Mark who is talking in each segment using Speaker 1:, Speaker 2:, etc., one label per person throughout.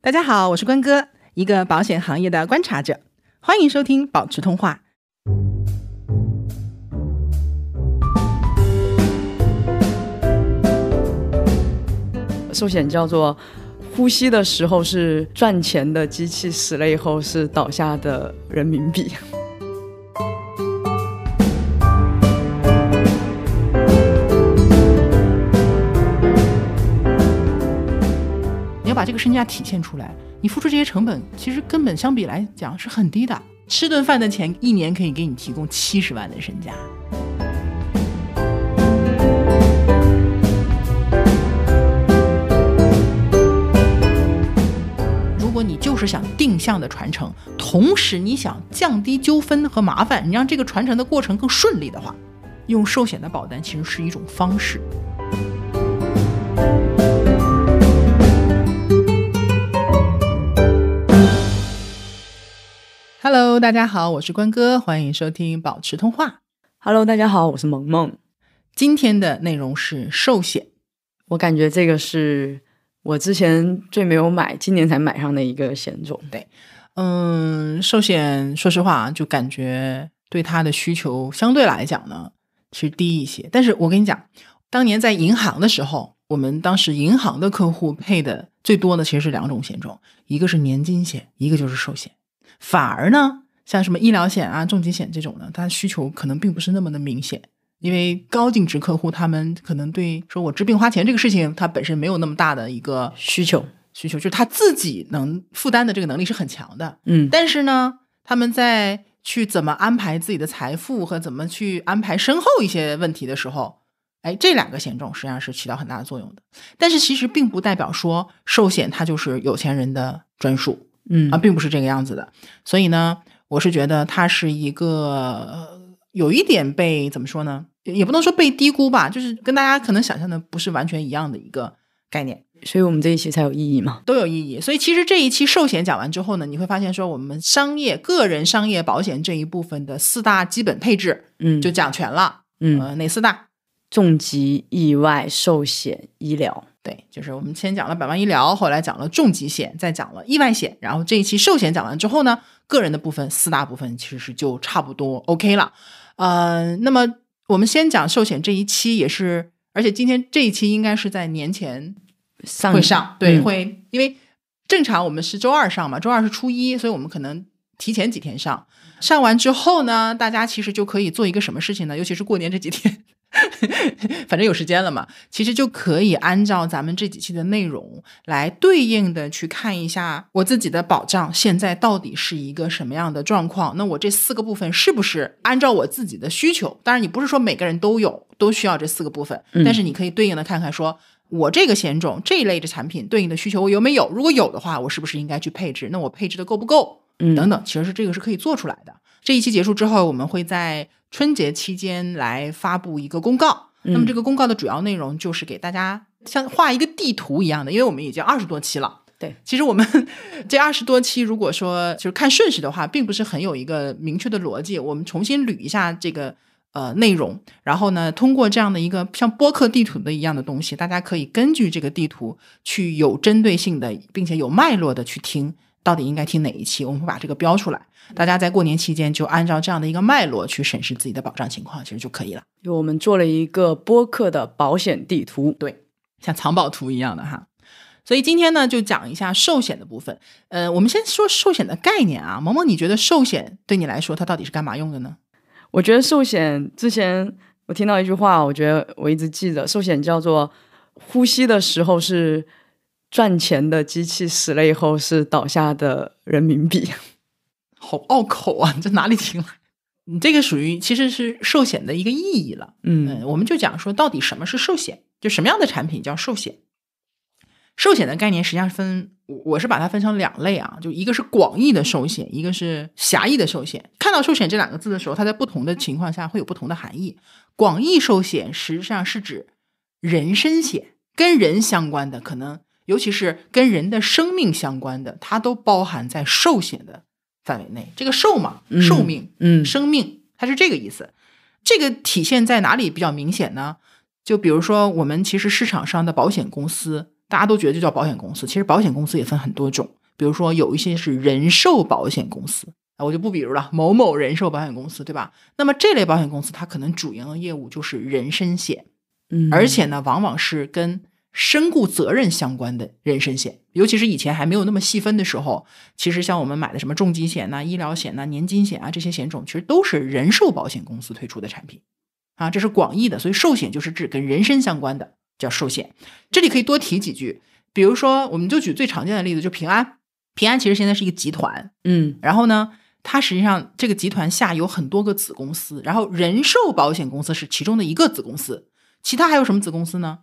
Speaker 1: 大家好，我是关哥，一个保险行业的观察者，欢迎收听保持通话。
Speaker 2: 寿险叫做呼吸的时候是赚钱的机器，死了以后是倒下的人民币。
Speaker 3: 你要把这个身价体现出来。你付出这些成本，其实根本相比来讲是很低的。吃顿饭的钱，一年可以给你提供七十万的身价。如果你就是想定向的传承，同时你想降低纠纷和麻烦，你让这个传承的过程更顺利的话，用寿险的保单其实是一种方式。
Speaker 1: Hello，大家好，我是关哥，欢迎收听保持通话。
Speaker 2: Hello，大家好，我是萌萌。
Speaker 1: 今天的内容是寿险，
Speaker 2: 我感觉这个是我之前最没有买，今年才买上的一个险种。
Speaker 1: 嗯，寿险说实话啊，就感觉对它的需求相对来讲呢是低一些。但是我跟你讲，当年在银行的时候，我们当时银行的客户配的最多的其实是两种险种，一个是年金险，一个就是寿险。反而呢，像什么医疗险啊、重疾险这种呢，它需求可能并不是那么的明显。因为高净值客户，他们可能对说我治病花钱这个事情，他本身没有那么大的一个
Speaker 2: 需求，
Speaker 1: 需求，就是他自己能负担的这个能力是很强的。
Speaker 2: 嗯，
Speaker 1: 但是呢，他们在去怎么安排自己的财富和怎么去安排身后一些问题的时候，哎，这两个险种实际上是起到很大的作用的。但是其实并不代表说寿险它就是有钱人的专属
Speaker 2: 嗯
Speaker 1: 啊，并不是这个样子的。所以呢，我是觉得它是一个呃有一点被怎么说呢，也不能说被低估吧，就是跟大家可能想象的不是完全一样的一个概念。
Speaker 2: 所以我们这一期才有意义嘛。
Speaker 1: 都有意义。所以其实这一期寿险讲完之后呢，你会发现说我们商业、个人商业保险这一部分的四大基本配置
Speaker 2: 嗯，
Speaker 1: 就讲全了。
Speaker 2: 嗯，
Speaker 1: 呃，哪四大？
Speaker 2: 重疾、意外、寿险、医疗。
Speaker 1: 对，就是我们先讲了百万医疗，后来讲了重疾险，再讲了意外险，然后这一期寿险讲完之后呢，个人的部分四大部分其实是就差不多 OK 了。呃，那么我们先讲寿险这一期也是，而且今天这一期应该是在年前
Speaker 2: 上
Speaker 1: 会上，对，
Speaker 2: 嗯
Speaker 1: 会因为正常我们是周二上嘛，周二是初一，所以我们可能提前几天上。上完之后呢，大家其实就可以做一个什么事情呢？尤其是过年这几天， 反正有时间了嘛，其实就可以按照咱们这几期的内容来对应的去看一下我自己的保障现在到底是一个什么样的状况。那我这四个部分是不是按照我自己的需求？当然，你不是说每个人都有都需要这四个部分，
Speaker 2: 嗯
Speaker 1: 但是你可以对应的看看说。我这个险种这一类的产品对应的需求我有没有？如果有的话，我是不是应该去配置？那我配置的够不够？
Speaker 2: 嗯
Speaker 1: 等等，其实是这个是可以做出来的。这一期结束之后，我们会在春节期间来发布一个公告。那么
Speaker 2: 嗯
Speaker 1: 这个公告的主要内容就是给大家像画一个地图一样的，因为我们已经二十多期了。
Speaker 2: 对，
Speaker 1: 其实我们 这二十多期，如果说就是看顺序的话，并不是很有一个明确的逻辑。我们重新捋一下这个呃内容，然后呢，通过这样的一个像播客地图的一样的东西，大家可以根据这个地图去有针对性的，并且有脉络的去听。到底应该听哪一期？我们会把这个标出来，大家在过年期间就按照这样的一个脉络去审视自己的保障情况，其实就可以了。
Speaker 2: 就我们做了一个播客的保险地图。
Speaker 1: 像藏宝图一样的哈。所以今天呢，就讲一下寿险的部分。呃，我们先说寿险的概念啊。萌萌，你觉得寿险对你来说，它到底是干嘛用的呢？
Speaker 2: 我觉得寿险之前我听到一句话，我觉得我一直记着，寿险叫做呼吸的时候是赚钱的机器，死了以后是倒下的人民币。
Speaker 1: 好拗口啊，这哪里听来？ 你这个属于其实是寿险的一个意义了。嗯，
Speaker 2: 嗯
Speaker 1: 我们就讲说到底什么是寿险，就什么样的产品叫寿险。寿险的概念实际上分，我我是把它分成两类啊，就一个是广义的寿险，一个是狭义的寿险。看到寿险这两个字的时候，它在不同的情况下会有不同的含义。广义寿险实际上是指人身险，跟人相关的，可能尤其是跟人的生命相关的，它都包含在寿险的范围内。这个寿嘛，
Speaker 2: 嗯
Speaker 1: 寿命，
Speaker 2: 嗯
Speaker 1: 生命，它是这个意思。这个体现在哪里比较明显呢？就比如说，我们其实市场上的保险公司，大家都觉得就叫保险公司，其实保险公司也分很多种，比如说有一些是人寿保险公司啊，我就不比如了，某某人寿保险公司，对吧？那么这类保险公司它可能主营的业务就是人身险，
Speaker 2: 嗯，
Speaker 1: 而且呢，往往是跟身故责任相关的人身险，尤其是以前还没有那么细分的时候，其实像我们买的什么重疾险呐、医疗险呐、年金险啊这些险种，其实都是人寿保险公司推出的产品啊，这是广义的，所以寿险就是指跟人身相关的叫寿险。这里可以多提几句，比如说，我们就举最常见的例子，就平安。平安其实现在是一个集团，
Speaker 2: 嗯
Speaker 1: 然后呢，它实际上这个集团下有很多个子公司，然后人寿保险公司是其中的一个子公司，其他还有什么子公司呢？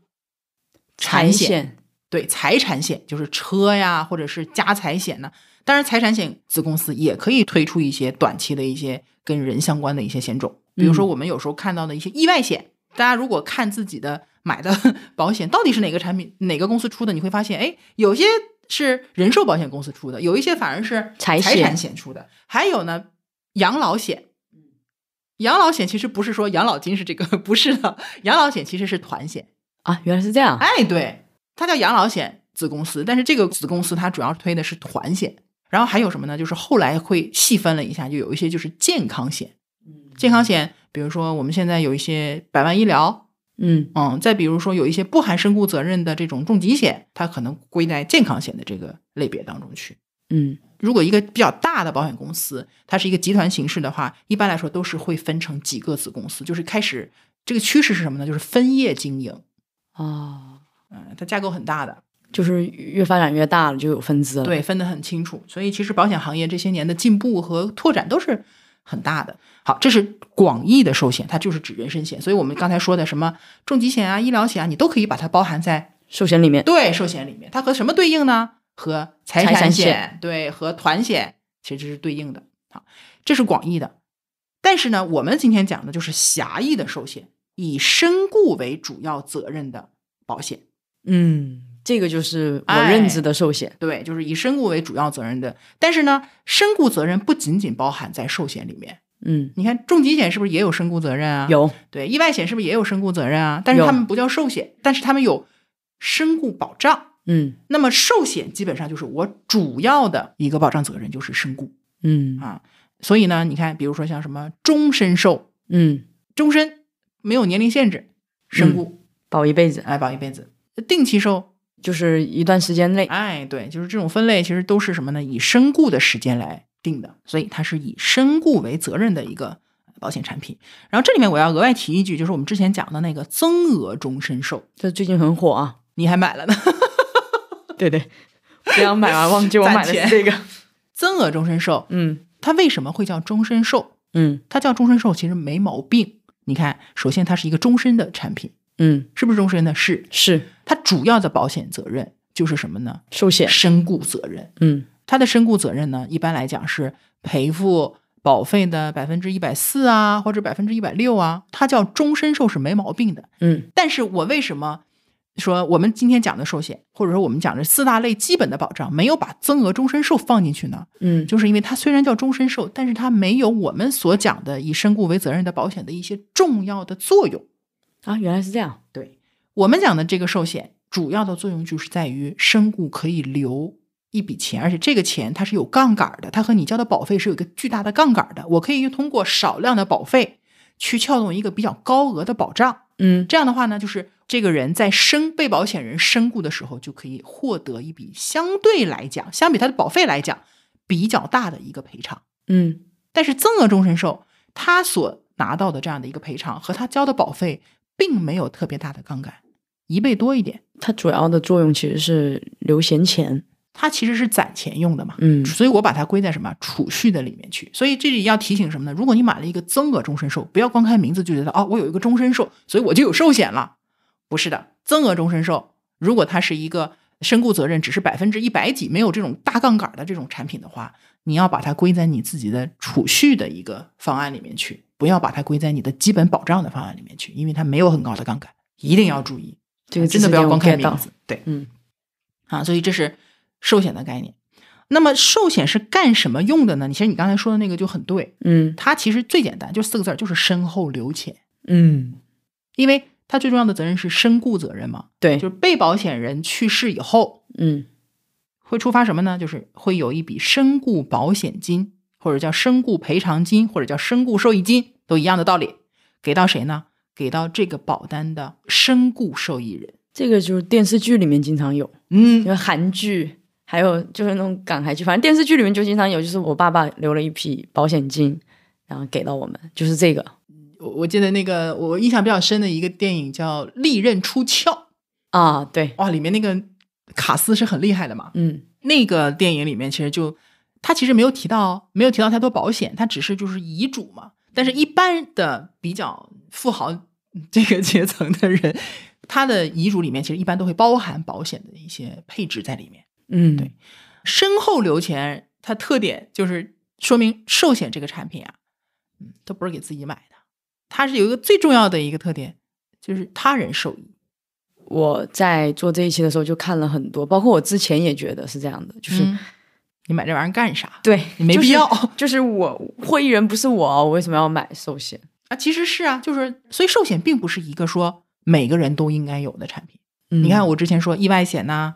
Speaker 1: 产
Speaker 2: 产
Speaker 1: 险
Speaker 2: 险
Speaker 1: 对，财产险就是车呀，或者是家财险呐。当然，财产险子公司也可以推出一些短期的一些跟人相关的一些险种，比如说
Speaker 2: 嗯
Speaker 1: 我们有时候看到的一些意外险。大家如果看自己的买的保险到底是哪个产品、哪个公司出的，你会发现，哎，有些是人寿保险公司出的，有一些反而是
Speaker 2: 财
Speaker 1: 财产
Speaker 2: 险嗯
Speaker 1: 险出的，还有呢，养老险。养老险其实不是说养老金是这个， 不是的，养老险其实是团险。
Speaker 2: 啊，原来是这样，
Speaker 1: 哎，对，它叫养老险子公司，但是这个子公司它主要推的是团险，然后还有什么呢？就是后来会细分了一下，就有一些就是健康险，健康险，比如说我们现在有一些百万医疗，
Speaker 2: 嗯
Speaker 1: 嗯，再比如说有一些不含身故责任的这种重疾险，它可能归在健康险的这个类别当中去。
Speaker 2: 嗯
Speaker 1: 如果一个比较大的保险公司，它是一个集团形式的话，一般来说都是会分成几个子公司，就是开始这个趋势是什么呢？就是分业经营，
Speaker 2: 啊，
Speaker 1: 嗯，它架构很大的，
Speaker 2: 就是越发展越大了，就有分支了，，
Speaker 1: 对，分得很清楚。所以其实保险行业这些年的进步和拓展都是很大的。好，这是广义的寿险，它就是指人身险。所以我们刚才说的什么重疾险啊、医疗险啊，你都可以把它包含在
Speaker 2: 寿险里面，
Speaker 1: 对寿险里面。它和什么对应呢？和财
Speaker 2: 财
Speaker 1: 产
Speaker 2: 产
Speaker 1: 险，
Speaker 2: 险
Speaker 1: 对，和团险，其实这是对应的。好，这是广义的。但是呢，我们今天讲的就是狭义的寿险，以身故为主要责任的保险。
Speaker 2: 嗯，这个就是我
Speaker 1: 哎
Speaker 2: 认知的寿险，
Speaker 1: 对，就是以身故为主要责任的。但是呢，身故责任不仅仅包含在寿险里面。
Speaker 2: 嗯，
Speaker 1: 你看，重疾险是不是也有身故责任啊？，
Speaker 2: 有，
Speaker 1: 对，意外险是不是也有身故责任啊？但是
Speaker 2: 有
Speaker 1: 他们不叫寿险，但是他们有身故保障。
Speaker 2: 嗯
Speaker 1: 那么寿险基本上就是我主要的一个保障责任就是身故，
Speaker 2: 嗯
Speaker 1: 啊所以呢，你看，比如说像什么终身寿，
Speaker 2: 嗯，
Speaker 1: 终身没有年龄限制，身故、
Speaker 2: 保一辈子，
Speaker 1: 哎保一辈子，定期寿
Speaker 2: 就是一段时间内，
Speaker 1: 哎，对，就是这种分类，其实都是什么呢？以身故的时间来定的，所以它是以身故为责任的一个保险产品。然后这里面我要额外提一句，就是我们之前讲的那个增额终身寿，
Speaker 2: 这最近很火 啊，
Speaker 1: 你还买了呢？
Speaker 2: 对对，不要买完忘记我
Speaker 1: 攒
Speaker 2: 买的
Speaker 1: 钱
Speaker 2: 是这个，
Speaker 1: 增额终身寿，
Speaker 2: 嗯
Speaker 1: 它为什么会叫终身寿？
Speaker 2: 嗯
Speaker 1: 它叫终身寿其实没毛病。你看，首先它是一个终身的产品，
Speaker 2: 嗯，
Speaker 1: 是不是终身的？是。
Speaker 2: 是
Speaker 1: 它主要的保险责任就是什么呢？
Speaker 2: 寿险，
Speaker 1: 身故责任。
Speaker 2: 嗯
Speaker 1: 他的身故责任呢，一般来讲是赔付保费的百分之一百四啊，或者百分之一百六啊，它叫终身寿是没毛病的。
Speaker 2: 嗯
Speaker 1: 但是我为什么说我们今天讲的寿险，或者说我们讲的四大类基本的保障，没有把增额终身寿放进去呢？
Speaker 2: 嗯，
Speaker 1: 就是因为它虽然叫终身寿，但是它没有我们所讲的以身故为责任的保险的一些重要的作用。
Speaker 2: 啊，原来是这样，
Speaker 1: 对我们讲的这个寿险，主要的作用就是在于身故可以留一笔钱，而且这个钱它是有杠杆的，它和你交的保费是有一个巨大的杠杆的。我可以通过少量的保费去撬动一个比较高额的保障，
Speaker 2: 嗯
Speaker 1: 这样的话呢，就是这个人在身被保险人身故的时候，就可以获得一笔相对来讲，相比他的保费来讲比较大的一个赔偿。
Speaker 2: 嗯
Speaker 1: 但是增额终身寿他所拿到的这样的一个赔偿和他交的保费并没有特别大的杠杆，一倍多一点，
Speaker 2: 它主要的作用其实是留闲钱，
Speaker 1: 它其实是攒钱用的嘛。
Speaker 2: 嗯
Speaker 1: 所以我把它归在什么储蓄的里面去。所以这里要提醒什么呢？如果你买了一个增额终身寿，不要光看名字就觉得哦，我有一个终身寿，所以我就有寿险了。不是的，增额终身寿，如果它是一个身故责任只是百分之一百几，没有这种大杠杆的这种产品的话，你要把它归在你自己的储蓄的一个方案里面去，不要把它归在你的基本保障的方案里面去，因为它没有很高的杠杆，一定要注意。
Speaker 2: 这个
Speaker 1: 真的不要光看
Speaker 2: 看
Speaker 1: 名
Speaker 2: 到，
Speaker 1: 字，对，
Speaker 2: 嗯，
Speaker 1: 啊，所以这是寿险的概念。那么寿险是干什么用的呢？你其实你刚才说的那个就很对，
Speaker 2: 嗯
Speaker 1: 它其实最简单，就四个字儿，就是身后留钱，
Speaker 2: 嗯，
Speaker 1: 因为它最重要的责任是身故责任嘛，
Speaker 2: 对
Speaker 1: 就，是被保险人去世以后
Speaker 2: 嗯
Speaker 1: 会触发什么呢？就是会有一笔身故保险金，或者叫身故赔偿金，或者叫身故受益金，都一样的道理，给到谁呢？给到这个保单的身故受益人。
Speaker 2: 这个就是电视剧里面经常有，
Speaker 1: 嗯
Speaker 2: 就是韩剧，还有就是那种港台剧，反正电视剧里面就经常有，就是我爸爸留了一笔保险金，然后给到我们，就是这个
Speaker 1: 我我记得那个我印象比较深的一个电影叫《利刃出鞘》，
Speaker 2: 啊，对，
Speaker 1: 哇，里面那个卡斯是很厉害的嘛。
Speaker 2: 嗯，
Speaker 1: 那个电影里面其实就他其实没有提到没有提到太多保险，他只是就是遗嘱嘛。但是一般的比较富豪这个阶层的人，他的遗嘱里面其实一般都会包含保险的一些配置在里面。
Speaker 2: 嗯，
Speaker 1: 对，身后留钱，它特点就是说明寿险这个产品啊，嗯，它不是给自己买的，它是有一个最重要的一个特点，就是他人受益。
Speaker 2: 我在做这一期的时候就看了很多，包括我之前也觉得是这样的，就是、
Speaker 1: 嗯你买这玩意儿干啥？
Speaker 2: 对，
Speaker 1: 你没
Speaker 2: 就是
Speaker 1: 必要
Speaker 2: 就是我获益人不是我，我为什么要买寿险？
Speaker 1: 啊，其实是啊，就是所以寿险并不是一个说每个人都应该有的产品。
Speaker 2: 嗯
Speaker 1: 你看我之前说意外险呐、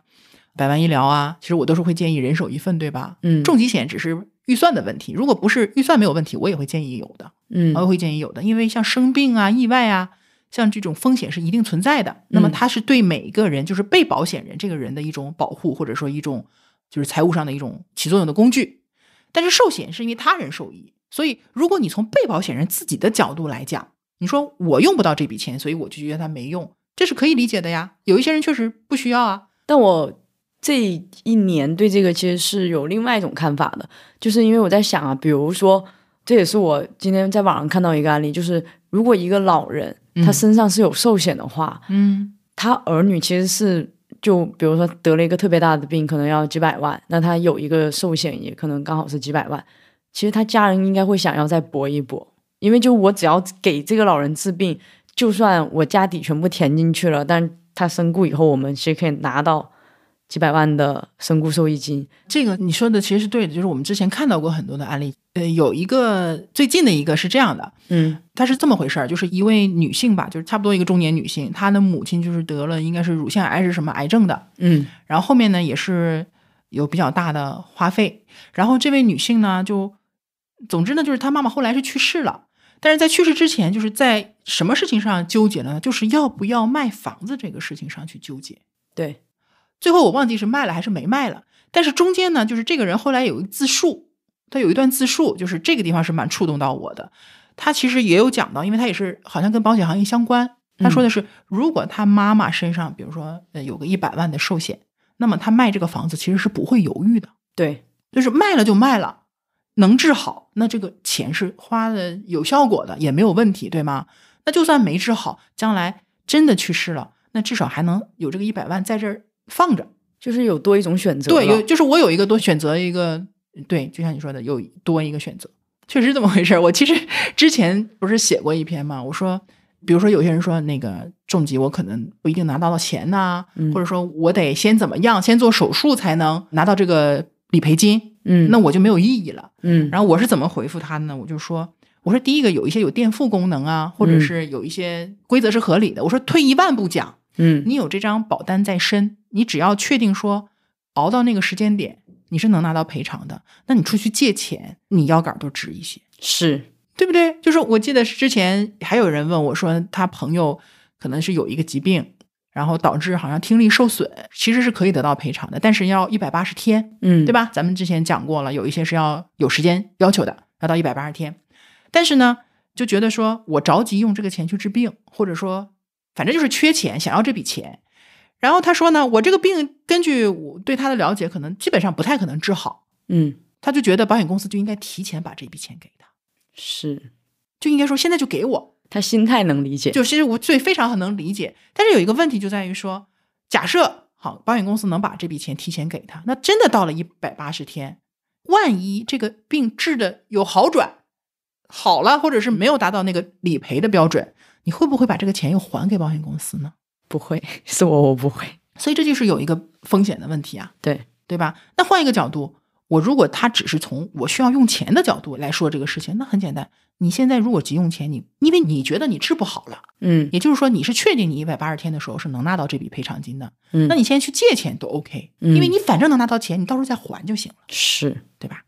Speaker 1: 百万医疗啊，其实我都是会建议人手一份，对吧？
Speaker 2: 嗯
Speaker 1: 重疾险只是预算的问题，如果不是预算没有问题，我也会建议有的。
Speaker 2: 嗯
Speaker 1: 我也会建议有的，因为像生病啊、意外啊，像这种风险是一定存在的。那么
Speaker 2: 嗯
Speaker 1: 它是对每一个人，就是被保险人这个人的一种保护，或者说一种就是财务上的一种起作用的工具。但是寿险是因为他人受益，所以如果你从被保险人自己的角度来讲，你说我用不到这笔钱，所以我就觉得它没用，这是可以理解的呀。有一些人确实不需要啊，
Speaker 2: 但我这一年对这个其实是有另外一种看法的，就是因为我在想啊，比如说，这也是我今天在网上看到一个案例，就是如果一个老人
Speaker 1: 嗯
Speaker 2: 他身上是有寿险的话，
Speaker 1: 嗯
Speaker 2: 他儿女其实是就比如说得了一个特别大的病，可能要几百万，那他有一个寿险也可能刚好是几百万，其实他家人应该会想要再搏一搏，因为就我只要给这个老人治病，就算我家底全部填进去了，但他身故以后，我们其实可以拿到几百万的身故受益金。
Speaker 1: 这个你说的其实是对的，就是我们之前看到过很多的案例，呃，有一个最近的一个是这样的，
Speaker 2: 嗯
Speaker 1: 它是这么回事儿，就是一位女性吧，就是差不多一个中年女性，她的母亲就是得了应该是乳腺癌还是什么癌症的，
Speaker 2: 嗯
Speaker 1: 然后后面呢也是有比较大的花费，然后这位女性呢就，总之呢就是她妈妈后来是去世了，但是在去世之前就是在什么事情上纠结了呢？就是要不要卖房子这个事情上去纠结，
Speaker 2: 对，
Speaker 1: 最后我忘记是卖了还是没卖了。但是中间呢，就是这个人后来有一个自述，他有一段自述，就是这个地方是蛮触动到我的。他其实也有讲到，因为他也是好像跟保险行业相关。他说的是，如果他妈妈身上，比如说呃有个一百万的寿险，那么他卖这个房子其实是不会犹豫的，
Speaker 2: 对，
Speaker 1: 就是卖了就卖了，能治好，那这个钱是花的有效果的，也没有问题，对吗？那就算没治好，将来真的去世了，那至少还能有这个一百万在这儿放着。
Speaker 2: 就是有多一种选择了。
Speaker 1: 对，有就是我有一个多选择一个，对，就像你说的，有多一个选择，确实这么回事儿。我其实之前不是写过一篇嘛，我说，比如说有些人说那个重疾，我可能不一定拿到了钱呐、
Speaker 2: 嗯
Speaker 1: 或者说我得先怎么样，先做手术才能拿到这个理赔金，
Speaker 2: 嗯，
Speaker 1: 那我就没有意义了。
Speaker 2: 嗯，
Speaker 1: 然后我是怎么回复他呢？我就说，我说第一个有一些有垫付功能啊，或者
Speaker 2: 嗯
Speaker 1: 是有一些规则是合理的，我说退一万步讲。
Speaker 2: 嗯
Speaker 1: 你有这张保单在身，你只要确定说熬到那个时间点，你是能拿到赔偿的，那你出去借钱，你腰杆儿都直一些，
Speaker 2: 是
Speaker 1: 对不对？就是我记得是之前还有人问我说，他朋友可能是有一个疾病，然后导致好像听力受损，其实是可以得到赔偿的，但是要一百八十天，
Speaker 2: 嗯，
Speaker 1: 对？吧？咱们之前讲过了，有一些是要有时间要求的，要到一百八十天。但是呢，就觉得说我着急用这个钱去治病，或者说反正就是缺钱，想要这笔钱。然后他说呢，我这个病根据我对他的了解，可能基本上不太可能治好。
Speaker 2: 嗯，
Speaker 1: 他就觉得保险公司就应该提前把这笔钱给他，
Speaker 2: 是
Speaker 1: 就应该说现在就给我。
Speaker 2: 他心态能理解。
Speaker 1: 就其实我最非常很能理解，但是有一个问题就在于说，假设好保险公司能把这笔钱提前给他，那真的到了一百八十天，万一这个病治的有好转，好了，或者是没有达到那个理赔的标准，你会不会把这个钱又还给保险公司呢？
Speaker 2: 不会， 是我，我不会。
Speaker 1: 所以这就是有一个风险的问题啊，
Speaker 2: 对，
Speaker 1: 对吧？那换一个角度，我如果他只是从我需要用钱的角度来说这个事情，那很简单。你现在如果急用钱，你因为你觉得你治不好了，
Speaker 2: 嗯
Speaker 1: 也就是说你是确定你一百八十天的时候是能拿到这笔赔偿金的，
Speaker 2: 嗯，
Speaker 1: 那你现在去借钱都 OK，、
Speaker 2: 嗯
Speaker 1: 因为你反正能拿到钱，你到时候再还就行了，
Speaker 2: 是
Speaker 1: 对吧？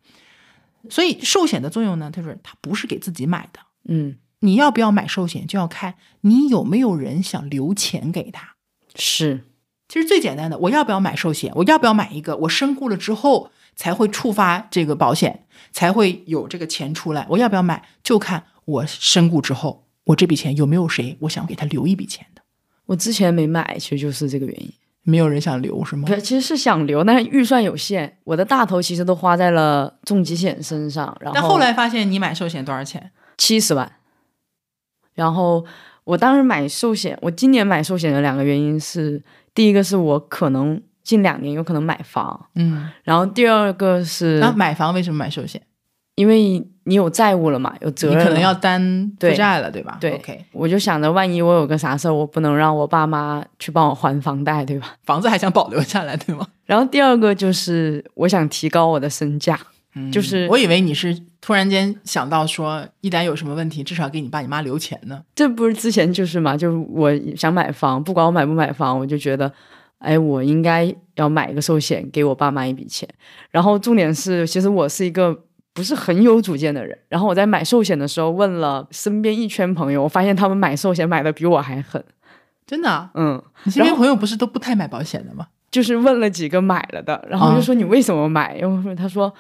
Speaker 1: 所以寿险的作用呢，它是它不是给自己买的，
Speaker 2: 嗯
Speaker 1: 你要不要买寿险就要看你有没有人想留钱给他。
Speaker 2: 是
Speaker 1: 其实最简单的，我要不要买寿险？我要不要买一个？我身故了之后才会触发这个保险，才会有这个钱出来。我要不要买？就看我身故之后，我这笔钱有没有谁我想给他留一笔钱的？
Speaker 2: 我之前没买，其实就是这个原因。
Speaker 1: 没有人想留是吗
Speaker 2: 不？是，其实是想留，但是预算有限，我的大头其实都花在了重疾险身上，然
Speaker 1: 但后来发现你买寿险多少钱？
Speaker 2: 七十万。然后我当时买寿险，我今年买寿险的两个原因是，第一个是我可能近两年有可能买房，
Speaker 1: 嗯，
Speaker 2: 然后第二个是、
Speaker 1: 那买房为什么买寿险？
Speaker 2: 因为你有债务了嘛，有责
Speaker 1: 你
Speaker 2: 任了，啊
Speaker 1: 可能要担负债了，对吧？
Speaker 2: 对
Speaker 1: OK，
Speaker 2: 我就想着万一我有个啥事儿，我不能让我爸妈去帮我还房贷，对吧？
Speaker 1: 房子还想保留下来，对吗？
Speaker 2: 然后第二个就是我想提高我的身价，就
Speaker 1: 嗯
Speaker 2: 是
Speaker 1: 我以为你是突然间想到说，一旦有什么问题，至少给你爸你妈留钱呢。
Speaker 2: 这不是之前就是嘛，就是我想买房，不管我买不买房，我就觉得，哎，我应该要买一个寿险，给我爸妈一笔钱。然后重点是，其实我是一个不是很有主见的人。然后我在买寿险的时候，问了身边一圈朋友，我发现他们买寿险买的比我还狠。
Speaker 1: 真的、啊，
Speaker 2: 嗯，
Speaker 1: 你身边
Speaker 2: 然后
Speaker 1: 朋友不是都不太买保险的吗？
Speaker 2: 就是问了几个买了的，然后我就说你为什么买？然后说他说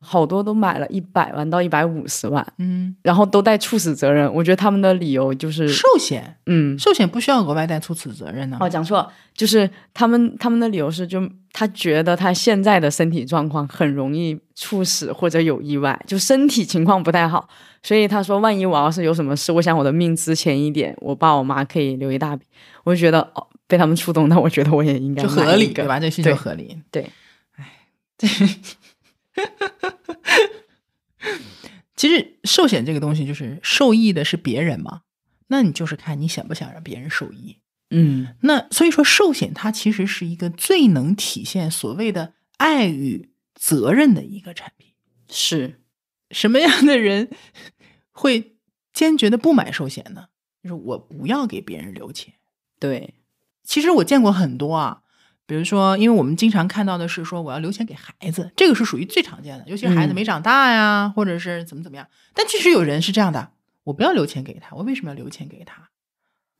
Speaker 2: 好多都买了一百万到一百五十万，
Speaker 1: 嗯，
Speaker 2: 然后都带猝死责任。我觉得他们的理由就是，
Speaker 1: 寿险，
Speaker 2: 嗯，
Speaker 1: 寿险不需要额外带出此责任呢、
Speaker 2: 哦，讲错了，就是他们他们的理由是就，他觉得他现在的身体状况很容易猝死或者有意外，就身体情况不太好，所以他说，万一我要是有什么事，我想我的命之前一点，我爸我妈可以留一大笔。我就觉得哦，被他们触动，那我觉得我也应该
Speaker 1: 就
Speaker 2: 买
Speaker 1: 合
Speaker 2: 一
Speaker 1: 理
Speaker 2: 个
Speaker 1: 对吧？这需求
Speaker 2: 对
Speaker 1: 合理，
Speaker 2: 对，
Speaker 1: 哎，其实寿险这个东西就是受益的是别人嘛，那你就是看你想不想让别人受益。
Speaker 2: 嗯，
Speaker 1: 那所以说，寿险它其实是一个最能体现所谓的爱与责任的一个产品。
Speaker 2: 是，
Speaker 1: 什么样的人会坚决的不买寿险呢？就是我不要给别人留钱。
Speaker 2: 对，
Speaker 1: 其实我见过很多啊，比如说，因为我们经常看到的是说我要留钱给孩子，这个是属于最常见的，尤其是孩子
Speaker 2: 嗯
Speaker 1: 没长大呀，或者是怎么怎么样。但确实有人是这样的，我不要留钱给他，我为什么要留钱给他？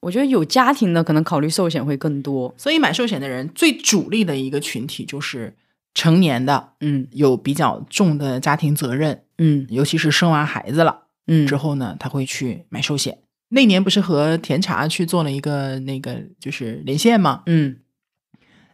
Speaker 2: 我觉得有家庭的可能考虑寿险会更多，
Speaker 1: 所以买寿险的人最主力的一个群体就是成年的，
Speaker 2: 嗯
Speaker 1: 有比较重的家庭责任，
Speaker 2: 嗯
Speaker 1: 尤其是生完孩子了。
Speaker 2: 嗯，
Speaker 1: 之后呢，他会去买寿险。那年不是和甜茶去做了一个那个就是连线吗？
Speaker 2: 嗯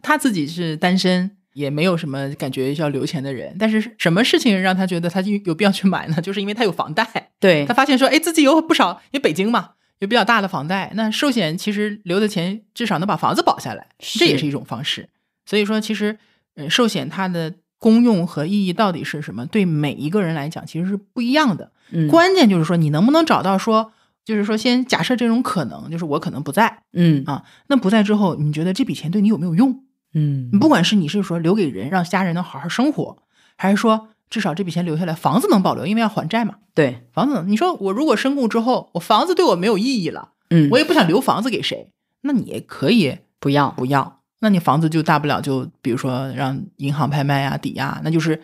Speaker 1: 他自己是单身，也没有什么感觉要留钱的人，但是什么事情让他觉得他就有必要去买呢？就是因为他有房贷，
Speaker 2: 对
Speaker 1: 他，发现说，哎，自己有不少，因为北京嘛，有比较大的房贷，那寿险其实留的钱至少能把房子保下来，
Speaker 2: 是
Speaker 1: 这也是一种方式。所以说，其实呃，寿险它的功用和意义到底是什么，对每一个人来讲其实是不一样的。
Speaker 2: 嗯
Speaker 1: 关键就是说，你能不能找到说，就是说，先假设这种可能，就是我可能不在，
Speaker 2: 嗯
Speaker 1: 啊那不在之后，你觉得这笔钱对你有没有用？
Speaker 2: 嗯
Speaker 1: 你不管是你是说留给人，让家人能好好生活，还是说至少这笔钱留下来，房子能保留，因为要还债嘛。
Speaker 2: 对，
Speaker 1: 房子，你说我如果身故之后，我房子对我没有意义了，
Speaker 2: 嗯，
Speaker 1: 我也不想留房子给谁，那你也可以
Speaker 2: 不要，
Speaker 1: 不要，那你房子就大不了就比如说让银行拍卖呀、抵押，那就是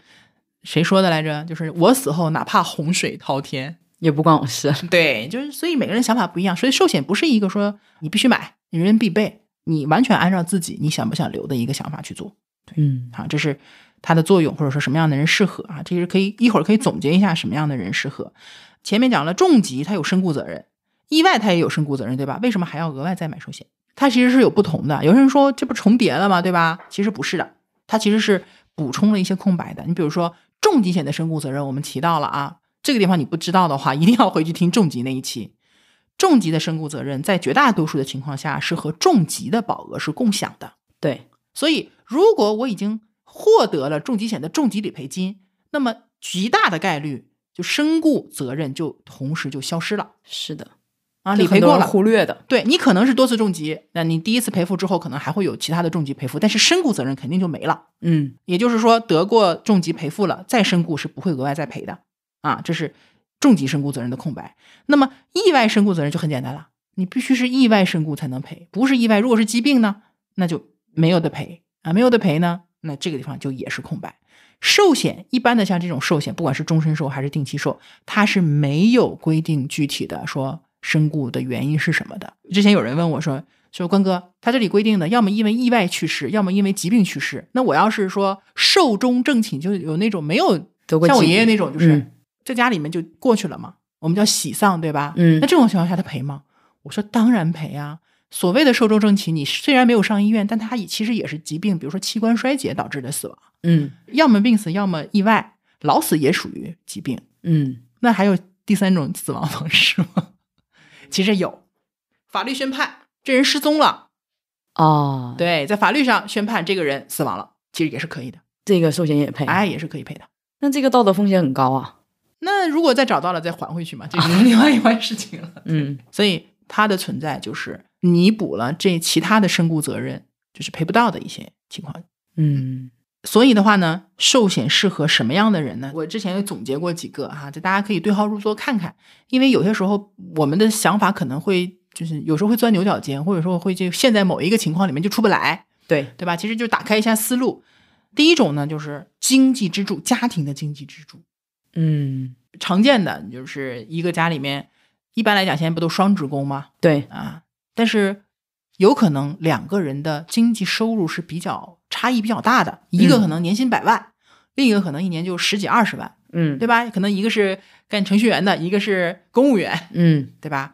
Speaker 1: 谁说的来着？就是我死后哪怕洪水滔天，
Speaker 2: 也不关我事，
Speaker 1: 对，就是所以每个人想法不一样，所以寿险不是一个说你必须买，人人必备，你完全按照自己你想不想留的一个想法去做
Speaker 2: 嗯
Speaker 1: 啊，这是它的作用，或者说什么样的人适合啊，这是可以一会儿可以总结一下什么样的人适合。前面讲了重疾它有身故责任，意外它也有身故责任，对吧？为什么还要额外再买寿险？它其实是有不同的，有些人说这不重叠了吗？对吧？其实不是的，它其实是补充了一些空白的。你比如说重疾险的身故责任，我们提到了啊，这个地方你不知道的话，一定要回去听重疾那一期。重疾的身故责任在绝大多数的情况下是和重疾的保额是共享的，
Speaker 2: 对，
Speaker 1: 所以如果我已经获得了重疾险的重疾理赔金，那么极大的概率就身故责任就同时就消失了。
Speaker 2: 是的，
Speaker 1: 啊，
Speaker 2: 就
Speaker 1: 理
Speaker 2: 很
Speaker 1: 赔
Speaker 2: 多
Speaker 1: 过
Speaker 2: 人
Speaker 1: 了，
Speaker 2: 忽略的，
Speaker 1: 对你可能是多次重疾，那你第一次赔付之后，可能还会有其他的重疾赔付，但是身故责任肯定就没了。
Speaker 2: 嗯
Speaker 1: 也就是说，得过重疾赔付了，再身故是不会额外再赔的啊，这是重疾身故责任的空白。那么意外身故责任就很简单了，你必须是意外身故才能赔，不是意外，如果是疾病呢，那就没有的赔啊，没有的赔呢，那这个地方就也是空白。寿险一般的像这种寿险，不管是终身寿还是定期寿，它是没有规定具体的说身故的原因是什么的。之前有人问我说，说关哥，他这里规定的要么因为意外去世，要么因为疾病去世。那我要是说寿终正寝，就有那种没有
Speaker 2: 得过
Speaker 1: 像我
Speaker 2: 疾
Speaker 1: 爷爷
Speaker 2: 病
Speaker 1: 那种，就是、
Speaker 2: 嗯
Speaker 1: 在家里面就过去了嘛，我们叫喜丧，对吧？
Speaker 2: 嗯
Speaker 1: 啊那这种情况下他赔吗？我说当然赔啊。所谓的寿终正寝，你虽然没有上医院，但它也其实也是疾病，比如说器官衰竭导致的死亡。
Speaker 2: 嗯
Speaker 1: 要么病死，要么意外，老死也属于疾病。
Speaker 2: 嗯，
Speaker 1: 那还有第三种死亡方式吗？ 其实有，法律宣判这人失踪了，
Speaker 2: 哦，
Speaker 1: 对，在法律上宣判这个人死亡了，其实也是可以的，
Speaker 2: 这个寿险也赔，
Speaker 1: 哎，也是可以赔的。
Speaker 2: 那这个道德风险很高啊，
Speaker 1: 那如果再找到了再还回去嘛，这是另外一回事情了。
Speaker 2: 嗯
Speaker 1: 所以它的存在就是弥补了这其他的身故责任，就是赔不到的一些情况。
Speaker 2: 嗯
Speaker 1: 所以的话呢，寿险适合什么样的人呢？我之前也总结过几个哈，这大家可以对号入座看看，因为有些时候我们的想法可能会就是有时候会钻牛角尖，或者说会就陷在某一个情况里面就出不来，
Speaker 2: 对，
Speaker 1: 对吧？其实就打开一下思路。第一种呢，就是经济支柱，家庭的经济支柱，
Speaker 2: 嗯
Speaker 1: 常见的就是一个家里面，一般来讲现在不都双职工吗？
Speaker 2: 对，
Speaker 1: 啊，但是有可能两个人的经济收入是比较差异比较大的，一个可能年薪百万，另一个可能一年就十几二十万，
Speaker 2: 嗯
Speaker 1: 对吧？可能一个是干程序员的，一个是公务员，
Speaker 2: 嗯
Speaker 1: 对吧？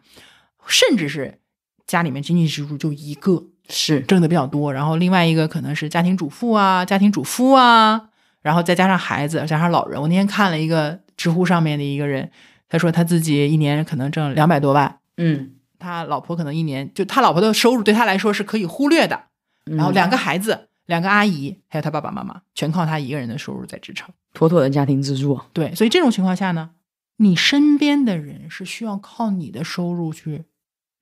Speaker 1: 甚至是家里面经济支柱就一个
Speaker 2: 是，
Speaker 1: 挣的比较多，然后另外一个可能是家庭主妇啊、家庭主夫啊，然后再加上孩子，加上老人。我那天看了一个知乎上面的一个人，他说他自己一年可能挣两百多万，
Speaker 2: 嗯，
Speaker 1: 他老婆可能一年就他老婆的收入对他来说是可以忽略的，
Speaker 2: 然
Speaker 1: 然后
Speaker 2: 嗯
Speaker 1: 两个孩子、两个阿姨还有他爸爸妈妈，全靠他一个人的收入在支撑。
Speaker 2: 妥妥的家庭支柱啊，
Speaker 1: 对，所以这种情况下呢，你身边的人是需要靠你的收入去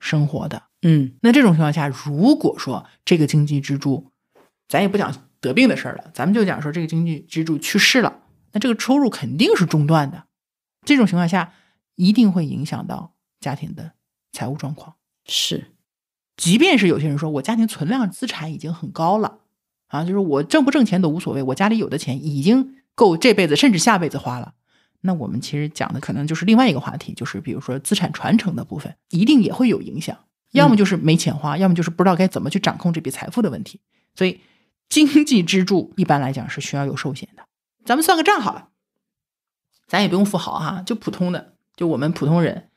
Speaker 1: 生活的。
Speaker 2: 嗯
Speaker 1: 那这种情况下，如果说这个经济支柱，咱也不讲得病的事儿了，咱们就讲说这个经济支柱去世了，那这个收入肯定是中断的。这种情况下，一定会影响到家庭的财务状况。
Speaker 2: 是，
Speaker 1: 即便是有些人说我家庭存量资产已经很高了，啊，就是我挣不挣钱都无所谓，我家里有的钱已经够这辈子甚至下辈子花了。那我们其实讲的可能就是另外一个话题，就是比如说资产传承的部分，一定也会有影响，要么就是没钱花，要么就是不知道该怎么去掌控这笔财富的问题。所以，经济支柱一般来讲是需要有寿险的。咱们算个账好了，咱也不用富豪哈、就普通的，就我们普通人，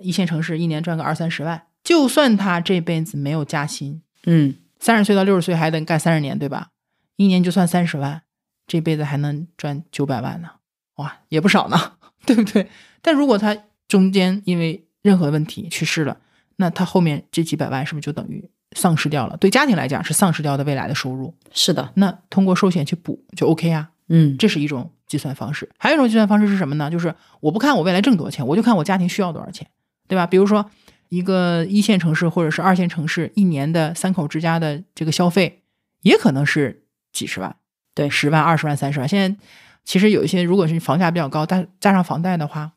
Speaker 1: 一线城市一年赚个二三十万，就算他这辈子没有加薪，
Speaker 2: 嗯
Speaker 1: 三十岁到六十岁还能干三十年，对吧？一年就算三十万，这辈子还能赚九百万呢，哇，也不少呢， 对不对？但如果他中间因为任何问题去世了，那他后面这几百万是不是就等于丧失掉了？对家庭来讲是丧失掉的未来的收入，
Speaker 2: 是的，
Speaker 1: 那通过寿险去补就 OK 啊。
Speaker 2: 嗯
Speaker 1: 这是一种计算方式。还有一种计算方式是什么呢？就是我不看我未来挣多少钱，我就看我家庭需要多少钱，对吧？比如说一个一线城市或者是二线城市一年的三口之家的这个消费，也可能是几十万，
Speaker 2: 对
Speaker 1: 十万、二十万、三十万。现在其实有一些，如果是房价比较高，但加上房贷的话，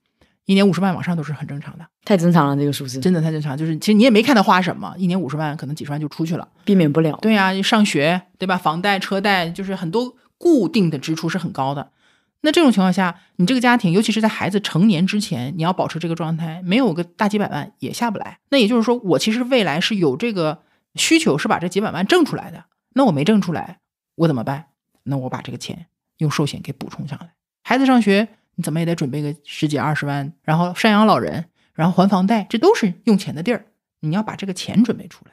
Speaker 1: 一年五十万往上都是很正常的，
Speaker 2: 太正常了，这个数字
Speaker 1: 真的太正常。就是其实你也没看他花什么，一年五十万可能几十万就出去了。
Speaker 2: 避免不了，
Speaker 1: 对呀、上学对吧？房贷、车贷，就是很多固定的支出是很高的。那这种情况下，你这个家庭，尤其是在孩子成年之前，你要保持这个状态，没有个大几百万也下不来。那也就是说，我其实未来是有这个需求，是把这几百万挣出来的。那我没挣出来，我怎么办？那我把这个钱用寿险给补充上来。孩子上学，你怎么也得准备个十几二十万，然后赡养老人，然后还房贷，这都是用钱的地儿。你要把这个钱准备出来。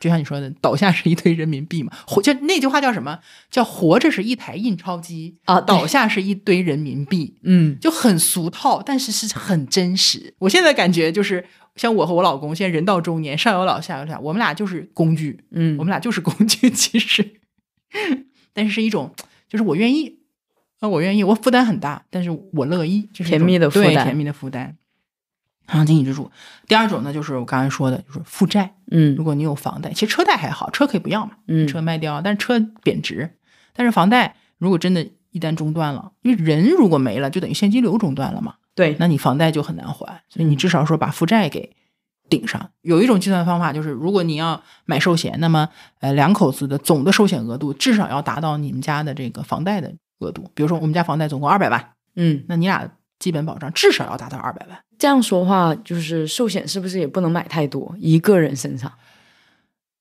Speaker 1: 就像你说的，倒下是一堆人民币嘛，活就那句话叫什么？叫活着是一台印钞机
Speaker 2: 啊对
Speaker 1: 倒下是一堆人民币，
Speaker 2: 嗯
Speaker 1: 就很俗套，但是是很真实。我现在感觉就是，像我和我老公现在人到中年，上有老下有小，我们俩就是工具，
Speaker 2: 嗯，
Speaker 1: 我们俩就是工具，其实，但是是一种，就是我愿意，啊，我愿意，我负担很大，但是我乐意，这是一种
Speaker 2: 甜蜜的负担
Speaker 1: 对甜蜜的负担。银行经济支柱。第二种呢，就是我刚才说的，就是负债。如
Speaker 2: 嗯
Speaker 1: 果你有房贷，其实车贷还好，车可以不要嘛，
Speaker 2: 嗯
Speaker 1: 车卖掉，但是车贬值。但是房贷如果真的一旦中断了，因为人如果没了，就等于现金流中断了嘛，
Speaker 2: 对，
Speaker 1: 那你房贷就很难还，所以你至少说把负债给顶上。有一种计算方法就是，如果你要买寿险，那么呃两口子的总的寿险额度至少要达到你们家的这个房贷的额度。比如说我们家房贷总共二百万，
Speaker 2: 嗯，
Speaker 1: 那你俩基本保障至少要达到二百万。
Speaker 2: 这样说话就是寿险是不是也不能买太多？一个人身上，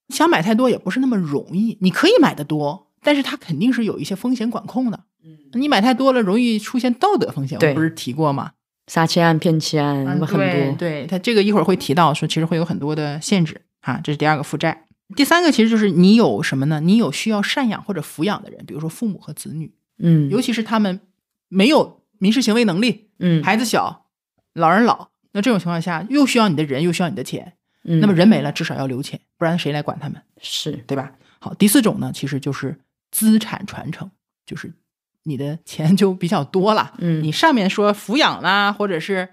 Speaker 1: 想买太多也不是那么容易，你可以买的多，但是它肯定是有一些风险管控的。
Speaker 2: 嗯，
Speaker 1: 你买太多了，容易出现道德风险，
Speaker 2: 对
Speaker 1: 我不是提过吗？
Speaker 2: 杀妻案、骗妻案
Speaker 1: 嗯，
Speaker 2: 很
Speaker 1: 对
Speaker 2: 多，
Speaker 1: 对，它这个一会儿会提到说，其实会有很多的限制啊，这是第二个负债。第三个其实就是你有什么呢？你有需要赡养或者抚养的人，比如说父母和子女，
Speaker 2: 嗯，
Speaker 1: 尤其是他们没有民事行为能力，
Speaker 2: 嗯，
Speaker 1: 孩子小，老人老，那这种情况下又需要你的人，又需要你的钱，
Speaker 2: 那
Speaker 1: 那么人没了，至少要留钱，不然谁来管他们？
Speaker 2: 是
Speaker 1: 对吧？好，第四种呢，其实就是资产传承，就是你的钱就比较多了。
Speaker 2: 嗯
Speaker 1: 你上面说抚养啦，或者是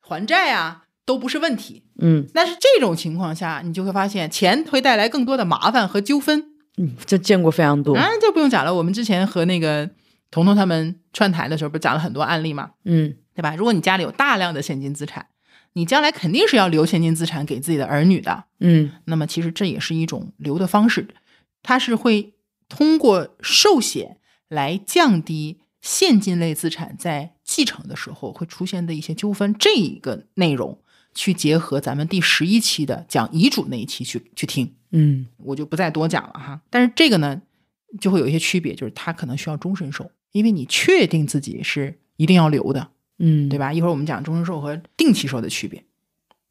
Speaker 1: 还债啊，都不是问题。
Speaker 2: 嗯
Speaker 1: 但是这种情况下，你就会发现钱会带来更多的麻烦和纠纷。
Speaker 2: 嗯，这见过非常多，
Speaker 1: 啊，这不用讲了，我们之前和那个彤彤他们串台的时候，不是讲了很多案例嘛，
Speaker 2: 嗯
Speaker 1: 对吧？如果你家里有大量的现金资产，你将来肯定是要留现金资产给自己的儿女的。
Speaker 2: 嗯
Speaker 1: 那么其实这也是一种流的方式，它是会通过寿险来降低现金类资产在继承的时候会出现的一些纠纷。这一个内容去结合咱们第十一期的讲遗嘱那一期去去听，
Speaker 2: 嗯
Speaker 1: 我就不再多讲了哈。但是这个呢，就会有一些区别，就是它可能需要终身寿，因为你确定自己是一定要留的，
Speaker 2: 嗯，
Speaker 1: 对
Speaker 2: 吧？
Speaker 1: 吧？一会儿我们讲终身寿和定期寿的区别，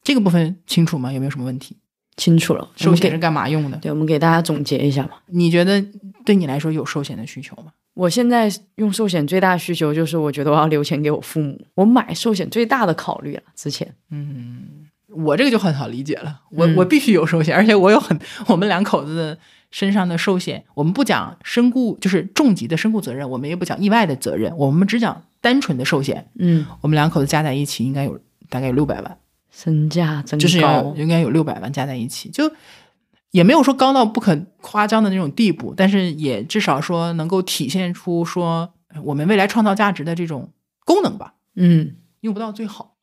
Speaker 1: 这个部分清楚吗？有没有什么问题？
Speaker 2: 清楚了，我
Speaker 1: 寿
Speaker 2: 们
Speaker 1: 险
Speaker 2: 给
Speaker 1: 是干嘛用的？
Speaker 2: 对，我们给大家总结一下吧。
Speaker 1: 你觉得对你来说有寿险的需求吗？
Speaker 2: 我现在用寿险最大需求就是，我觉得我要留钱给我父母。我买寿险最大的考虑了，之前
Speaker 1: 我这个就很好理解了，我、
Speaker 2: 嗯
Speaker 1: 我必须有寿险，而且我有很我们两口子的身上的寿险。我们不讲身故，就是重疾的身故责任，我们也不讲意外的责任，我们只讲单纯的寿险。
Speaker 2: 嗯，
Speaker 1: 我们两口子加在一起应该有大概有六百万，
Speaker 2: 身价真
Speaker 1: 就是要
Speaker 2: 高，
Speaker 1: 应该有六百万加在一起，就也没有说高到不可夸张的那种地步，但是也至少说能够体现出说呃我们未来创造价值的这种功能吧。
Speaker 2: 嗯
Speaker 1: 用不到最好。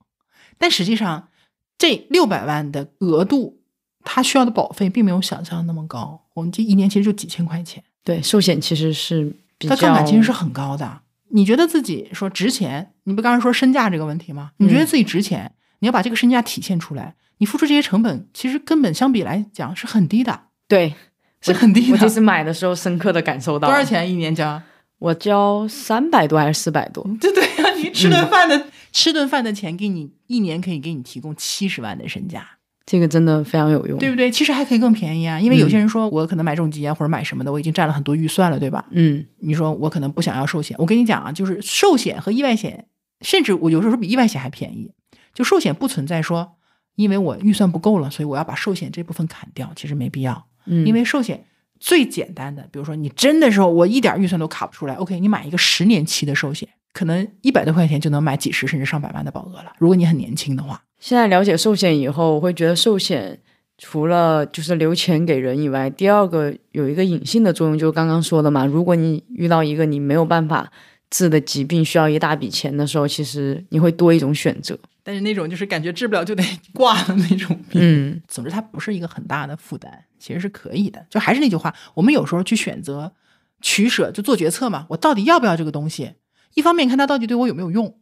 Speaker 1: 但实际上，这六百万的额度，它需要的保费并没有想象那么高。我们这一年其实就几千块钱，
Speaker 2: 对，寿险其实是比
Speaker 1: 它
Speaker 2: 较
Speaker 1: 杠杆其实是很高的。你觉得自己说值钱？你不刚才说身价这个问题吗？你
Speaker 2: 嗯
Speaker 1: 觉得自己值钱，你要把这个身价体现出来，你付出这些成本，其实根本相比来讲是很低的，
Speaker 2: 对。
Speaker 1: 是很低
Speaker 2: 我
Speaker 1: 的
Speaker 2: 这。次买的时候深刻的感受到
Speaker 1: 多少？钱一年交？
Speaker 2: 我交三百多还是四百多？
Speaker 1: 对对呀、你
Speaker 2: 嗯
Speaker 1: 吃顿饭的、吃顿饭的钱，给你一年可以给你提供七十万的身价。
Speaker 2: 这个真的非常有用。
Speaker 1: 对不对？其实还可以更便宜啊，因为有
Speaker 2: 嗯
Speaker 1: 些人说我可能买重疾啊，或者买什么的，我已经占了很多预算了，对吧？
Speaker 2: 嗯
Speaker 1: 你说我可能不想要寿险，我跟你讲啊，就是寿险和意外险，甚至我有时候比意外险还便宜。就寿险不存在说，因为我预算不够了，所以我要把寿险这部分砍掉，其实没必要，
Speaker 2: 嗯，
Speaker 1: 因为寿险最简单的，比如说你真的时候我一点预算都卡不出来，OK，你买一个十年期的寿险，可能一百多块钱就能买几十甚至上百万的保额了，如果你很年轻的话。
Speaker 2: 现在了解寿险以后，我会觉得寿险除了就是留钱给人以外，第二个有一个隐性的作用，就是刚刚说的嘛，如果你遇到一个你没有办法治的疾病，需要一大笔钱的时候，其实你会多一种 选择。
Speaker 1: 但是那种就是感觉治不了就得挂的那种 病，
Speaker 2: 嗯
Speaker 1: 总之它不是一个很大的负担，其实是可以的。就还是那句话，我们有时候去选择、取舍，就做决策嘛，我到底要不要这个东西？一方面看它到底对我有没有用，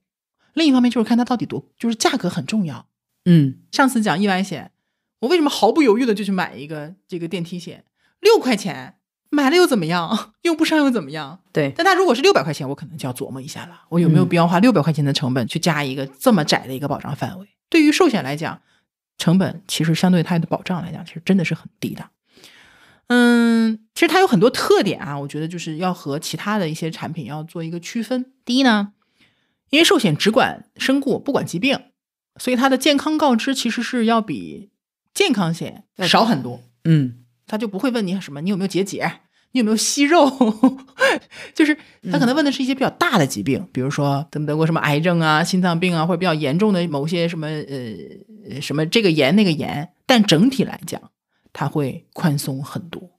Speaker 1: 另一方面就是看它到底多，就是价格很重要。
Speaker 2: 嗯，
Speaker 1: 上次讲意外险，我为什么毫不犹豫的就去买一个这个电梯险，六块钱买了又怎么样？ 用不上又怎么样？
Speaker 2: 对，
Speaker 1: 但它如果是六百块钱，我可能就要琢磨一下了，我有没有
Speaker 2: 嗯
Speaker 1: 必要花六百块钱的成本去加一个这么窄的一个保障范围？对于寿险来讲，成本其实相对它的保障来讲，其实真的是很低的。嗯，其实它有很多特点啊，我觉得就是要和其他的一些产品要做一个区分。第一呢，因为寿险只管身故，不管疾病，所以它的健康告知其实是要比健康险
Speaker 2: 要
Speaker 1: 少很多。
Speaker 2: 嗯
Speaker 1: 他就不会问你什么，你有没有结节，你有没有息肉？ 就是他可能问的是一些比较大的疾病，比如说咱们得过什么癌症啊、心脏病啊，或者比较严重的某些什么呃什么这个炎那个炎。但整体来讲，他会宽松很多。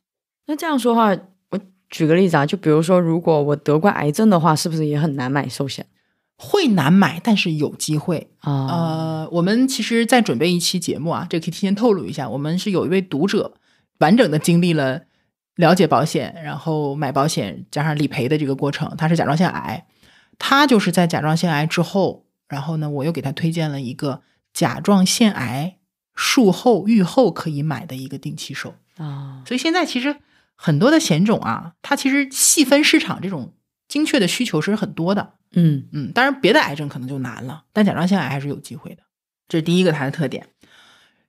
Speaker 2: 那这样说话，我举个例子啊，就比如说，如果我得过癌症的话，是不是也很难买寿险
Speaker 1: 会难买，但是有机会。
Speaker 2: 啊？
Speaker 1: 呃，我们其实，在准备一期节目啊，这可以提前透露一下，我们是有一位读者完整的经历了了解保险，然后买保险加上理赔的这个过程。他是甲状腺癌，他就是在甲状腺癌之后，然后呢，我又给他推荐了一个甲状腺癌术后预后可以买的一个定期寿。
Speaker 2: 啊，
Speaker 1: 所以现在其实很多的险种啊，它其实细分市场这种精确的需求是很多的。
Speaker 2: 嗯
Speaker 1: 嗯，当然别的癌症可能就难了，但甲状腺癌还是有机会的。这是第一个它的特点。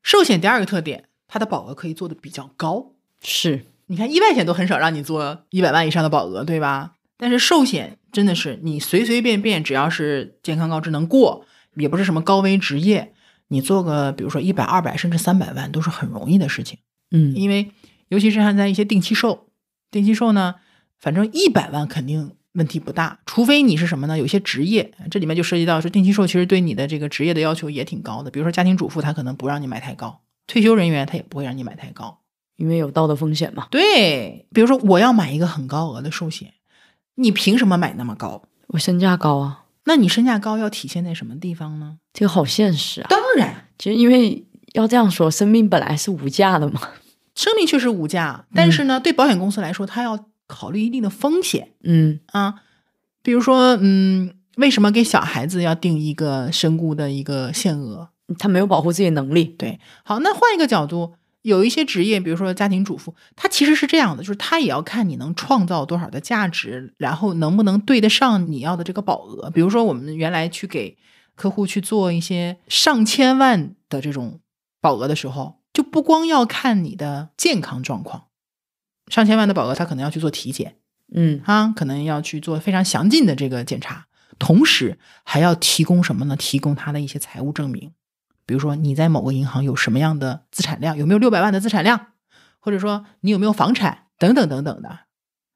Speaker 1: 寿险第二个特点，它的保额可以做的比较高。
Speaker 2: 是
Speaker 1: 你看意外险都很少让你做一百万以上的保额，对吧？但是寿险真的是你随随便便，只要是健康告知能过，也不是什么高危职业，你做个比如说一百、二百甚至三百万都是很容易的事情。
Speaker 2: 嗯
Speaker 1: 因为尤其是像在一些定期寿，定期寿呢，反正一百万肯定问题不大，除非你是什么呢？有些职业，这里面就涉及到说定期寿其实对你的这个职业的要求也挺高的，比如说家庭主妇，她可能不让你买太高，退休人员他也不会让你买太高。
Speaker 2: 因为有道德风险嘛。
Speaker 1: 对，比如说我要买一个很高额的寿险，你凭什么买那么高？
Speaker 2: 我身价高啊，
Speaker 1: 那你身价高要体现在什么地方呢？
Speaker 2: 这个好现实啊。
Speaker 1: 当然，
Speaker 2: 其实因为要这样说，生命本来是无价的嘛。
Speaker 1: 生命确实无价，但是呢，对保险公司来说，它要考虑一定的风险。
Speaker 2: 嗯
Speaker 1: 啊，比如说，嗯，为什么给小孩子要定一个身故的一个限额？
Speaker 2: 他没有保护自己能力。
Speaker 1: 对，好，那换一个角度，有一些职业，比如说家庭主妇，她其实是这样的，就是她也要看你能创造多少的价值，然后能不能对得上你要的这个保额。比如说，我们原来去给客户去做一些上千万的这种保额的时候，就不光要看你的健康状况，上千万的保额，他可能要去做体检。
Speaker 2: 嗯
Speaker 1: 啊，可能要去做非常详尽的这个检查，同时还要提供什么呢？提供他的一些财务证明，比如说你在某个银行有什么样的资产量，有没有六百万的资产量，或者说你有没有房产等等等等的，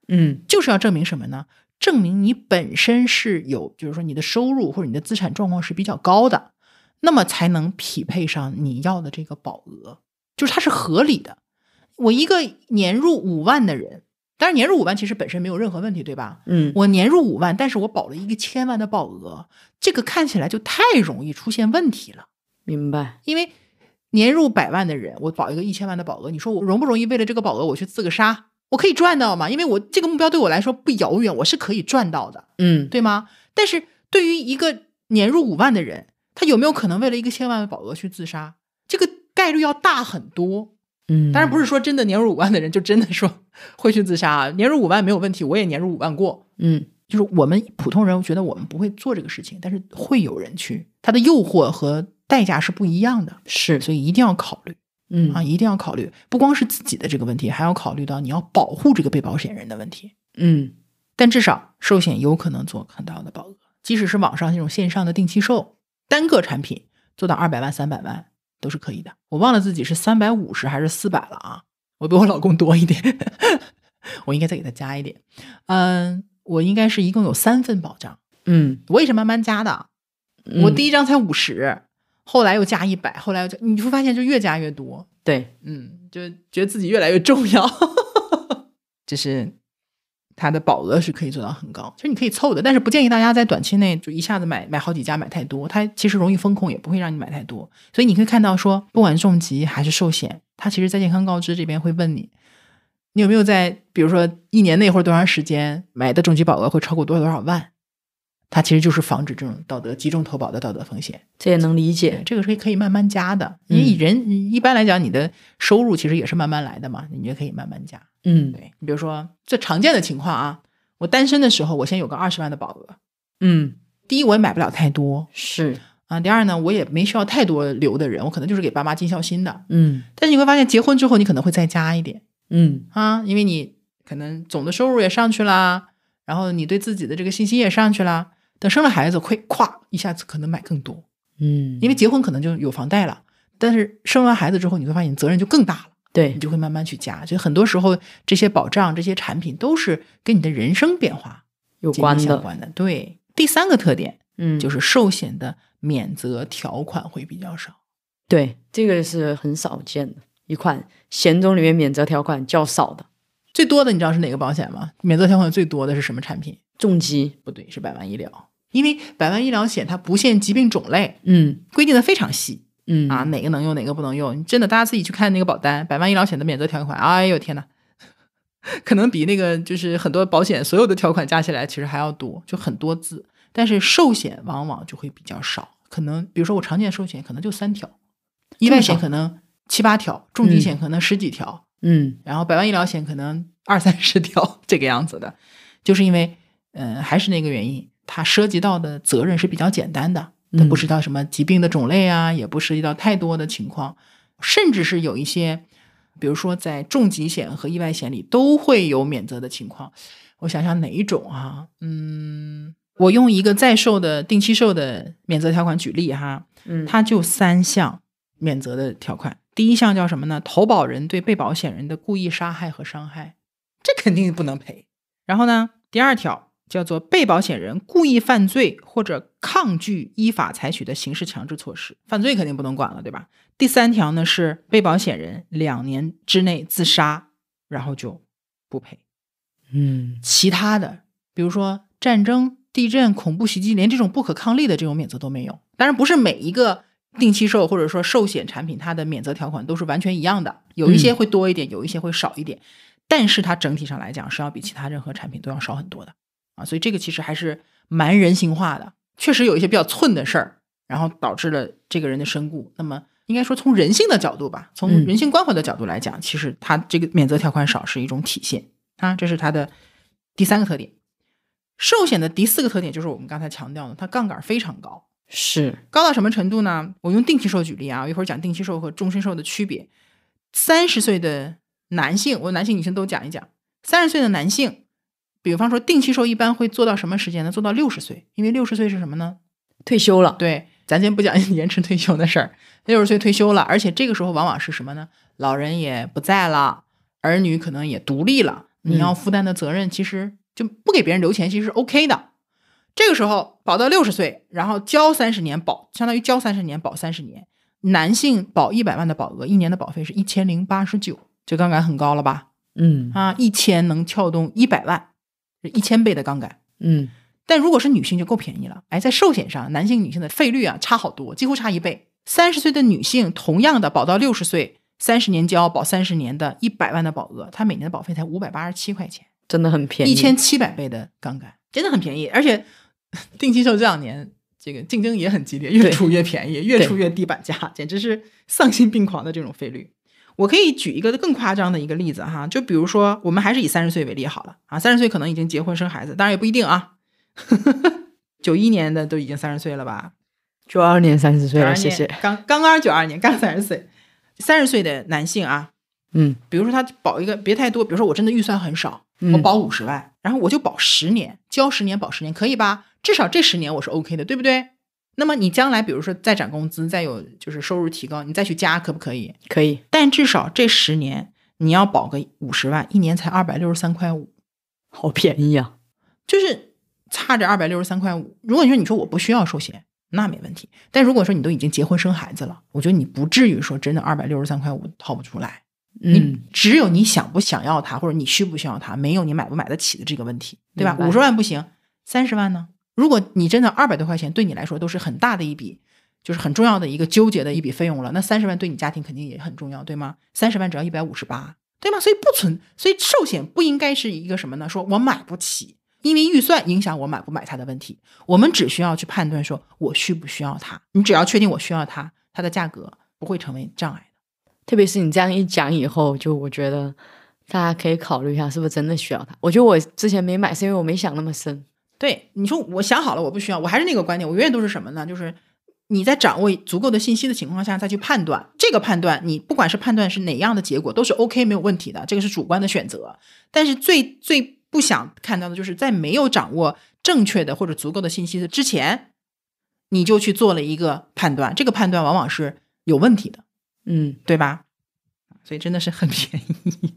Speaker 2: 嗯
Speaker 1: 就是要证明什么呢？证明你本身是有，就是说你的收入或者你的资产状况是比较高的，那么才能匹配上你要的这个保额，就是它是合理的。我一个年入五万的人，当然年入五万其实本身没有任何问题，对吧？
Speaker 2: 嗯，
Speaker 1: 我年入五万，但是我保了一个千万的保额，这个看起来就太容易出现问题了。
Speaker 2: 明白。
Speaker 1: 因为年入百万的人，我保一个一千万的保额，你说我容不容易为了这个保额我去自个杀？我可以赚到吗？因为我这个目标对我来说不遥远，我是可以赚到的，
Speaker 2: 嗯，
Speaker 1: 对吗？但是对于一个年入五万的人，他有没有可能为了一个千万的保额去自杀？这个概率要大很多。
Speaker 2: 嗯，
Speaker 1: 当然不
Speaker 2: 是。
Speaker 1: 是说真的年入五万的人就真的说会去自杀啊，年入五万没有问题，我也年入五万过，
Speaker 2: 嗯
Speaker 1: 就是我们普通人觉得我们不会做这个事情，但是会有人去，他的诱惑和代价是不一样的，
Speaker 2: 是。
Speaker 1: 所以一定要考虑
Speaker 2: 嗯
Speaker 1: 啊，一定要考虑，不光是自己的这个问题，还要考虑到你要保护这个被保险人的问题。
Speaker 2: 嗯
Speaker 1: 但至少寿险有可能做很大的保额，即使是网上这种线上的定期售，单个产品做到二百万、三百万都是可以的。我忘了自己是三百五十还是四百了啊，我比我老公多一点， 我应该再给他加一点。嗯，我应该是一共有三份保障，
Speaker 2: 嗯，
Speaker 1: 我也是慢慢加的。
Speaker 2: 嗯
Speaker 1: 我第一张才五十，后来又加一百，后来又加，你会发现就越加越多，
Speaker 2: 对
Speaker 1: 嗯，就觉得自己越来越重要。 就是它的保额是可以做到很高，其实你可以凑的，但是不建议大家在短期内就一下子买买好几家买太多，它其实容易风控，也不会让你买太多。所以你可以看到说，不管重疾还是寿险，它其实在健康告知这边会问你。你有没有在，比如说一年内或者多长时间买的重疾保额会超过多少多少万？它其实就是防止这种道德集中投保的道德风险。
Speaker 2: 这也能理
Speaker 1: 对
Speaker 2: 解。
Speaker 1: 这个是可以慢慢加的，
Speaker 2: 嗯
Speaker 1: 因为人一般来讲，你的收入其实也是慢慢来的嘛，你就可以慢慢加。
Speaker 2: 嗯
Speaker 1: 对你比如说最常见的情况啊，我单身的时候，我先有个二十万的保额。
Speaker 2: 嗯，
Speaker 1: 第一，我也买不了太多
Speaker 2: 是。
Speaker 1: 啊；第二呢，我也没需要太多留的人，我可能就是给爸妈尽孝心的。
Speaker 2: 嗯
Speaker 1: 但是你会发现，结婚之后你可能会再加一点
Speaker 2: 嗯
Speaker 1: 啊，因为你可能总的收入也上去啦，然后你对自己的这个信心也上去啦。等生了孩子，会咵一下子可能买更多。
Speaker 2: 嗯，
Speaker 1: 因为结婚可能就有房贷了，但是生完孩子之后，你会发现责任就更大了。
Speaker 2: 对
Speaker 1: 你，就会慢慢去加。所以很多时候，这些保障、这些产品都是跟你的人生变化
Speaker 2: 有
Speaker 1: 紧密
Speaker 2: 关
Speaker 1: 相
Speaker 2: 的，
Speaker 1: 关的。对，第三个特点
Speaker 2: 嗯，
Speaker 1: 就是是寿险的免责条款会比较少。
Speaker 2: 对，这个是很少见的一款险种里面免责条款较少的，
Speaker 1: 最多的你知道是哪个保险吗？免责条款最多的是什么产品？
Speaker 2: 重疾，
Speaker 1: 不对，是百万医疗，因为百万医疗险它不限疾病种类，
Speaker 2: 嗯
Speaker 1: 规定的非常细
Speaker 2: 嗯
Speaker 1: 啊，，哪个能用哪个不能用。真的，大家自己去看那个保单，百万医疗险的免责条款，哎呦天哪， 可能比那个就是很多保险所有的条款加起来其实还要多，就很多字。但是寿险往往就会比较少，可能比如说我常见寿险可能就三条，意外险
Speaker 2: 少
Speaker 1: 可能七八条，重疾
Speaker 2: 嗯
Speaker 1: 险可能十几条，
Speaker 2: 嗯
Speaker 1: 然后百万医疗险可能二三十条这个样子的，就是因为，呃，还是那个原因，它涉及到的责任是比较简单的，它
Speaker 2: 嗯
Speaker 1: 不涉及到什么疾病的种类啊，也不涉及到太多的情况，甚至是有一些，比如说在重疾险和意外险里都会有免责的情况。我想想哪一种啊？嗯，我用一个在售的定期售的免责条款举例哈，
Speaker 2: 嗯，
Speaker 1: 它就三项免责的条款。第一项叫什么呢？投保人对被保险人的故意杀害和伤害，这肯定不能赔。然后呢，第二条叫做被保险人故意犯罪或者抗拒依法采取的刑事强制措施，犯罪肯定不能管了，对吧？第三条呢是被保险人两年之内自杀，然后就不赔。
Speaker 2: 嗯
Speaker 1: 其他的，比如说战争、地震、恐怖袭击，连这种不可抗力的这种免责都没有。当然，不是每一个定期寿或者说寿险产品它的免责条款都是完全一样的，有一些会多一点，有一些会少一点，但是它整体上来讲是要比其他任何产品都要少很多的啊。所以这个其实还是蛮人性化的，确实有一些比较寸的事儿，然后导致了这个人的身故。那么应该说，从人性的角度吧，从
Speaker 2: 嗯
Speaker 1: 人性关怀的角度来讲，其实它这个免责条款少是一种体现啊，这是它的第三个特点。寿险的第四个特点就是我们刚才强调的，它杠杆非常高，
Speaker 2: 是，
Speaker 1: 高到什么程度呢？我用定期寿举例啊，我一会儿讲定期寿和终身寿的区别。三十岁的男性，我男性、女性都讲一讲。三十岁的男性，比方说定期寿一般会做到什么时间呢？做到六十岁，因为六十岁是什么呢？
Speaker 2: 退休了，
Speaker 1: 对，咱先不讲 延迟退休的事儿，六十岁退休了，而且这个时候往往是什么呢？老人也不在了，儿女可能也独立了，你要
Speaker 2: 嗯
Speaker 1: 负担的责任其实就不给别人留钱，其实是 OK 的。这个时候保到六十岁，然后交三十年保，相当于交三十年保三十年。男性保一百万的保额，一年的保费是一千零八十九，这杠杆很高了吧？
Speaker 2: 嗯
Speaker 1: 啊，一千能撬动一百万，一千倍的杠杆。
Speaker 2: 嗯
Speaker 1: 但如果是女性就够便宜了。哎，在寿险上，男性女性的费率啊差好多，几乎差一倍。三十岁的女性，同样的保到六十岁，三十年交保三十年的一百万的保额，她每年的保费才五百八十七块钱，
Speaker 2: 真的很便宜，
Speaker 1: 一千七百倍的杠杆，真的很便宜。而且 定期寿这两年这个竞争也很激烈，越
Speaker 2: 对
Speaker 1: 出越便宜，越
Speaker 2: 对
Speaker 1: 出越低板价，简直是丧心病狂的这种费率。我可以举一个更夸张的一个例子哈，就比如说，我们还是以三十岁为例好了啊，三十岁可能已经结婚生孩子，当然也不一定啊。九一年的都已经三十岁了吧？
Speaker 2: 九二年三十岁了，
Speaker 1: 92
Speaker 2: 谢
Speaker 1: 年
Speaker 2: 谢，
Speaker 1: 刚刚刚九二年，刚三十岁，三十岁的男性啊，
Speaker 2: 嗯
Speaker 1: 比如说他保一个别太多，比如说我真的预算很少，
Speaker 2: 嗯
Speaker 1: 我保五十万，然后我就保十年，交十年保十年，可以吧？至少这十年我是 OK 的，对不对？那么你将来比如说再涨工资，再有就是收入提高，你再去加可不可以？
Speaker 2: 可以，
Speaker 1: 但至少这十年你要保个五十万，一年才二百六十三块五，
Speaker 2: 好便宜啊，
Speaker 1: 就是差着二百六十三块五。如果你说你说我不需要寿险，那没问题。但如果说你都已经结婚生孩子了，我觉得你不至于说真的二百六十三块五掏不出来。你
Speaker 2: 嗯
Speaker 1: 只有你想不想要它，或者你需不需要它，没有你买不买得起的这个问题，对吧？
Speaker 2: 明白
Speaker 1: 五十万不行，三十万呢？如果你真的二百多块钱对你来说都是很大的一笔，就是很重要的一个纠结的一笔费用了，那三十万对你家庭肯定也很重要，对吗？三十万只要一百五十八，对吗？所以不存，所以寿险不应该是一个什么呢？说我买不起，因为预算影响我买不买它的问题。我们只需要去判断说我需不需要它，你只要确定我需要它，它的价格不会成为障碍。
Speaker 2: 特别是你这样一讲以后，就我觉得大家可以考虑一下，是不是真的需要它。我觉得我之前没买，是因为我没想那么深。
Speaker 1: 对，你说我想好了，我不需要，我还是那个观点，我永远都是什么呢？就是你在掌握足够的信息的情况下再去判断，这个判断你不管是判断是哪样的结果，都是 OK 没有问题的，这个是主观的选择。但是最最不想看到的就是在没有掌握正确的或者足够的信息的之前，你就去做了一个判断，这个判断往往是有问题的。
Speaker 2: 嗯，
Speaker 1: 对吧？所以真的是很便宜。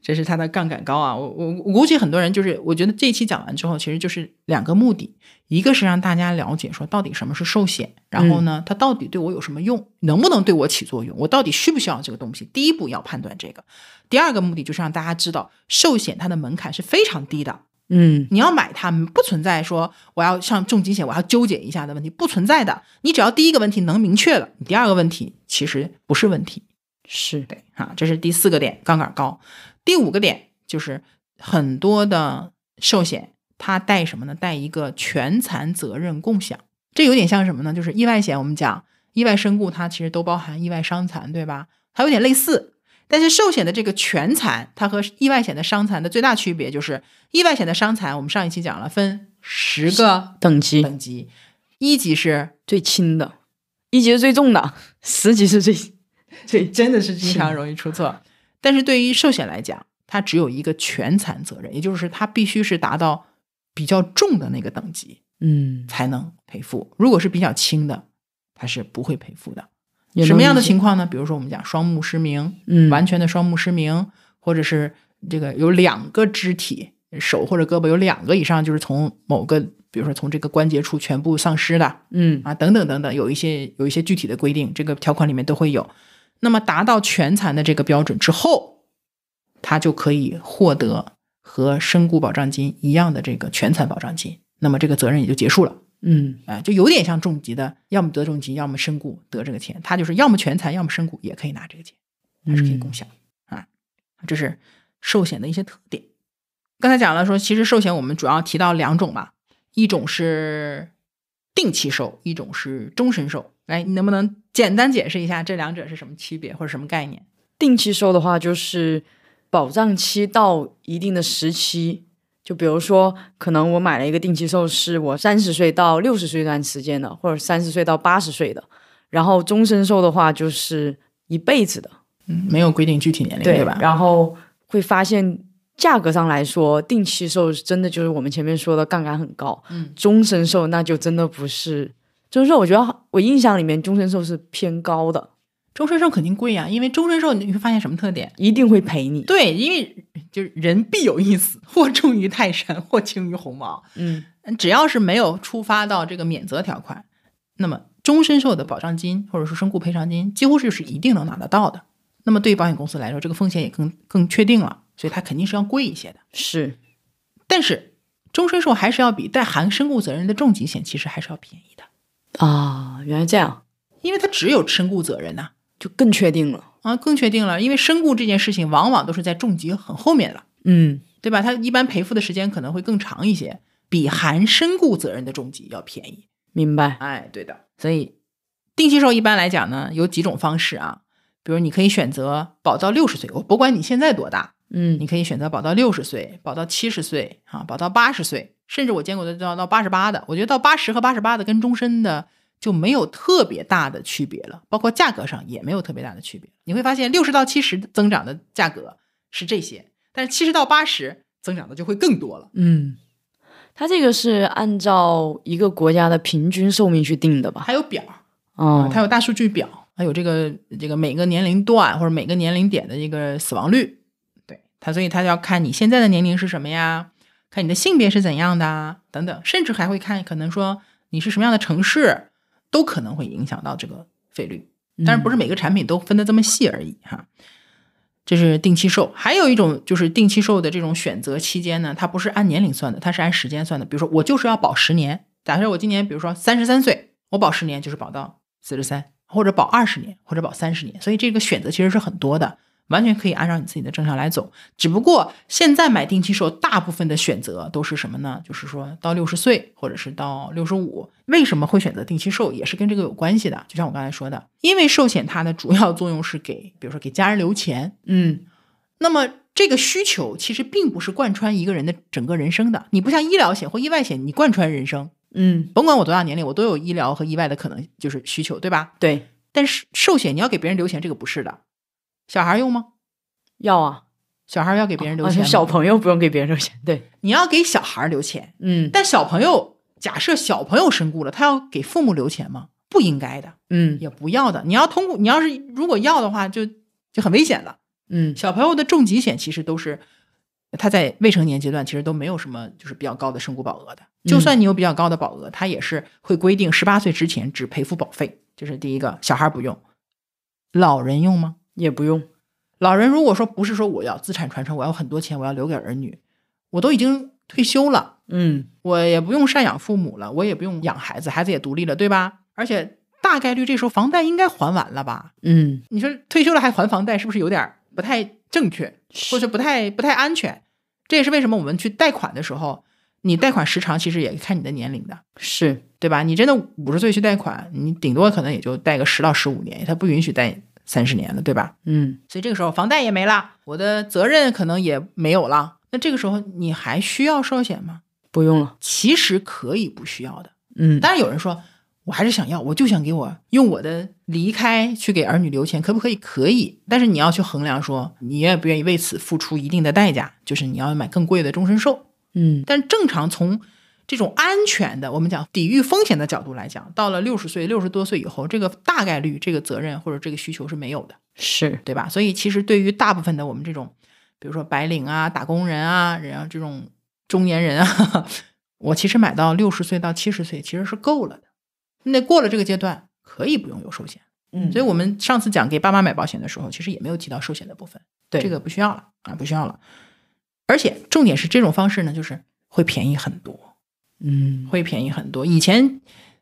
Speaker 1: 这是它的杠杆高啊！我我我估计很多人就是，我觉得这一期讲完之后，其实就是两个目的，一个是让大家了解说到底什么是寿险，然后呢，它到底对我有什么用，能不能对我起作用，我到底需不需要这个东西？第一步要判断这个，第二个目的就是让大家知道寿险它的门槛是非常低的，
Speaker 2: 嗯
Speaker 1: 你要买它不存在说我要像重疾险我要纠结一下的问题，不存在的。你只要第一个问题能明确了，你第二个问题其实不是问题。
Speaker 2: 是
Speaker 1: 对啊，这是第四个点，杠杆高。第五个点就是很多的寿险它带什么呢？带一个全残责任共享，这有点像什么呢？就是意外险，我们讲意外身故，它其实都包含意外伤残，对吧？它有点类似。但是寿险的这个全残，它和意外险的伤残的最大区别就是，意外险的伤残，我们上一期讲了，分十个
Speaker 2: 等级
Speaker 1: 等级，一级是
Speaker 2: 最轻的，一级是最重的， 十级是最最
Speaker 1: 真的是经常
Speaker 2: 是
Speaker 1: 容易出错。但是对于寿险来讲，它只有一个全残责任，也就是它必须是达到比较重的那个等级
Speaker 2: 嗯
Speaker 1: 才能赔付。如果是比较轻的，它是不会赔付的。
Speaker 2: 也能
Speaker 1: 什么样的
Speaker 2: 理解
Speaker 1: 情况呢？比如说我们讲双目失明，
Speaker 2: 嗯
Speaker 1: 完全的双目失明，或者是这个有两个肢体，手或者胳膊有两个以上，就是从某个，比如说从这个关节处全部丧失的，
Speaker 2: 嗯
Speaker 1: 啊，等等等等，有一些有一些具体的规定，这个条款里面都会有。那么达到全残的这个标准之后，他就可以获得和身故保障金一样的这个全残保障金，那么这个责任也就结束了。
Speaker 2: 嗯
Speaker 1: 啊、就有点像重疾的，要么得重疾，要么身故得这个钱，他就是要么全残，要么身故也可以拿这个钱，还是可以共享、啊。这是寿险的一些特点。刚才讲了说，其实寿险我们主要提到两种嘛，一种是定期寿，一种是终身寿。哎，你能不能简单解释一下这两者是什么区别或者什么概念？
Speaker 2: 定期收的话，就是保障期到一定的时期，就比如说，可能我买了一个定期寿，是我三十岁到六十岁这段时间的，或者三十岁到八十岁的。然后终身寿的话，就是一辈子的，
Speaker 1: 嗯，没有规定具体年龄，对吧？
Speaker 2: 然后会发现价格上来说，定期寿真的就是我们前面说的杠杆很高，
Speaker 1: 嗯，
Speaker 2: 终身寿那就真的不是。终身寿，我觉得我印象里面终身寿是偏高的，
Speaker 1: 终身寿肯定贵呀、啊因为终身寿你会发现什么特点？
Speaker 2: 一定会赔你。
Speaker 1: 对，因为就是人必有一死，或重于泰山，或轻于鸿毛。
Speaker 2: 嗯，
Speaker 1: 只要是没有触发到这个免责条款，那么终身寿的保障金或者说身故赔偿金，几乎就是一定能拿得到的。那么对于保险公司来说，这个风险也更更确定了，所以它肯定是要贵一些的。
Speaker 2: 是，
Speaker 1: 但是终身寿还是要比带含身故责任的重疾险其实还是要便宜的，
Speaker 2: 啊，原来这样，
Speaker 1: 因为它只有身故责任呐、
Speaker 2: 就更确定了。
Speaker 1: 啊，更确定了，因为身故这件事情往往都是在重疾很后面了。
Speaker 2: 嗯，
Speaker 1: 对吧？它一般赔付的时间可能会更长一些，比含身故责任的重疾要便宜。
Speaker 2: 明白。
Speaker 1: 哎，对的。所以定期寿一般来讲呢，有几种方式啊，比如你可以选择保到六十岁，我不管你现在多大，
Speaker 2: 嗯
Speaker 1: 你可以选择保到六十岁、保到七十岁啊、保到八十岁，甚至我见过的到到八十八的。我觉得到八十和八十八的跟终身的就没有特别大的区别了，包括价格上也没有特别大的区别。你会发现六十到七十增长的价格是这些，但是七十到八十增长的就会更多了。
Speaker 2: 嗯，它这个是按照一个国家的平均寿命去定的吧？
Speaker 1: 还有表儿啊
Speaker 2: 哦，，
Speaker 1: 它有大数据表，还有这个这个每个年龄段或者每个年龄点的一个死亡率，对它，所以它要看你现在的年龄是什么呀，看你的性别是怎样的啊，等等，甚至还会看可能说你是什么样的城市，都可能会影响到这个费率。当然不是每个产品都分得这么细而已哈。这是定期寿，还有一种就是定期寿的这种选择期间呢，它不是按年龄算的，它是按时间算的。比如说我就是要保十年，假设我今年比如说三十三岁，我保十年就是保到四十三，或者保二十年，或者保三十年，所以这个选择其实是很多的，完全可以按照你自己的正常来走。只不过现在买定期寿，大部分的选择都是什么呢？就是说到六十岁，或者是到六十五。为什么会选择定期寿，也是跟这个有关系的。就像我刚才说的，因为寿险它的主要作用是给，比如说给家人留钱，
Speaker 2: 嗯
Speaker 1: 那么这个需求其实并不是贯穿一个人的整个人生的。你不像医疗险或意外险，你贯穿人生，
Speaker 2: 嗯，
Speaker 1: 甭管我多大年龄，我都有医疗和意外的可能，就是需求，对吧？
Speaker 2: 对，
Speaker 1: 但是寿险你要给别人留钱，这个不是的。小孩用吗？
Speaker 2: 要啊，
Speaker 1: 小孩要给别人留
Speaker 2: 啊
Speaker 1: 钱吗、
Speaker 2: 小朋友不用给别人留钱，对，
Speaker 1: 你要给小孩留钱，
Speaker 2: 嗯，
Speaker 1: 但小朋友假设小朋友身故了，他要给父母留钱吗？不应该的，
Speaker 2: 嗯
Speaker 1: 也不要的。你要通过，你要是如果要的话，就就很危险了。
Speaker 2: 嗯
Speaker 1: 小朋友的重疾险其实都是他在未成年阶段其实都没有什么就是比较高的身故保额的，
Speaker 2: 嗯
Speaker 1: 就算你有比较高的保额，他也是会规定十八岁之前只赔付保费，这是第一个。小孩不用，老人用吗？
Speaker 2: 也不用，
Speaker 1: 老人如果说不是说我要资产传承，我要很多钱，我要留给儿女，我都已经退休了，
Speaker 2: 嗯
Speaker 1: 我也不用赡养父母了，我也不用养孩子，孩子也独立了，对吧？而且大概率这时候房贷应该还完了吧？
Speaker 2: 嗯
Speaker 1: 你说退休了还还房贷，是不是有点儿不太正确，或者不太不太安全？这也是为什么我们去贷款的时候，你贷款时长其实也看你的年龄的，
Speaker 2: 是
Speaker 1: 对吧？你真的五十岁去贷款，你顶多可能也就贷个十到十五年，它不允许贷三十年的，对吧？
Speaker 2: 嗯
Speaker 1: 所以这个时候房贷也没了，我的责任可能也没有了。那这个时候你还需要寿险吗？
Speaker 2: 不用了，
Speaker 1: 其实可以不需要的。
Speaker 2: 嗯
Speaker 1: 当然有人说，我还是想要，我就想给我用我的离开去给儿女留钱，可不可以？可以，但是你要去衡量说，你愿不愿意为此付出一定的代价，就是你要买更贵的终身寿。
Speaker 2: 嗯
Speaker 1: 但正常从这种安全的，我们讲抵御风险的角度来讲，到了六十岁、六十多岁以后，这个大概率这个责任或者这个需求是没有的，
Speaker 2: 是
Speaker 1: 对吧？所以其实对于大部分的我们这种，比如说白领啊、打工人啊，然后这种中年人啊， 我其实买到六十岁到七十岁其实是够了的。那过了这个阶段，可以不用有寿险。
Speaker 2: 嗯
Speaker 1: 所以我们上次讲给爸妈买保险的时候，其实也没有提到寿险的部分，
Speaker 2: 对
Speaker 1: 这个不需要了啊，不需要了。而且重点是这种方式呢，就是会便宜很多。
Speaker 2: 嗯
Speaker 1: 会便宜很多。以前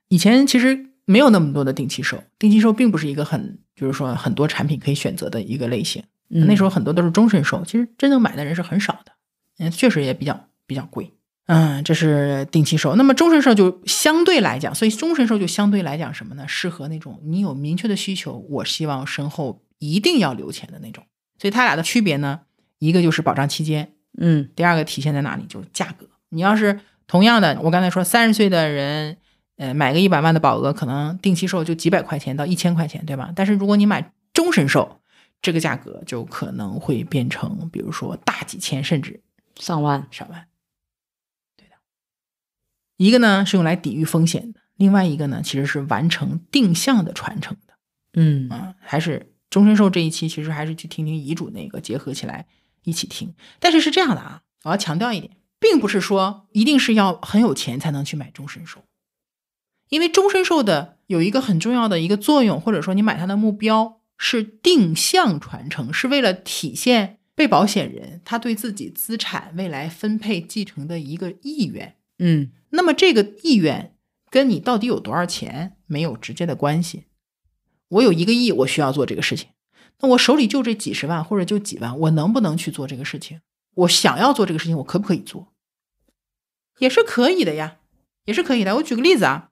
Speaker 1: 以前其实没有那么多的定期寿，定期寿并不是一个很就是说很多产品可以选择的一个类型。
Speaker 2: 嗯
Speaker 1: 那时候很多都是终身寿，其实真正买的人是很少的，嗯，确实也比较比较贵。嗯，这是定期寿。那么终身寿就相对来讲，所以终身寿就相对来讲什么呢？适合那种你有明确的需求，我希望身后一定要留钱的那种。所以它俩的区别呢，一个就是保障期间，
Speaker 2: 嗯
Speaker 1: 第二个体现在哪里？就是价格。你要是同样的，我刚才说三十岁的人，呃，买个一百万的保额，可能定期寿就几百块钱到一千块钱，对吧？但是如果你买终身寿，这个价格就可能会变成，比如说大几千，甚至
Speaker 2: 上万
Speaker 1: 上万。对的，一个呢是用来抵御风险的，另外一个呢其实是完成定向的传承的。
Speaker 2: 嗯
Speaker 1: 啊，还是终身寿这一期，其实还是去听听遗嘱那个结合起来一起听。但是是这样的啊，我要强调一点，并不是说一定是要很有钱才能去买终身寿，因为终身寿的有一个很重要的一个作用，或者说你买它的目标是定向传承，是为了体现被保险人他对自己资产未来分配继承的一个意愿。
Speaker 2: 嗯
Speaker 1: 那么这个意愿跟你到底有多少钱没有直接的关系。我有一个亿，我需要做这个事情，那我手里就这几十万或者就几万，我能不能去做这个事情？我想要做这个事情，我可不可以做？也是可以的呀，也是可以的。我举个例子啊，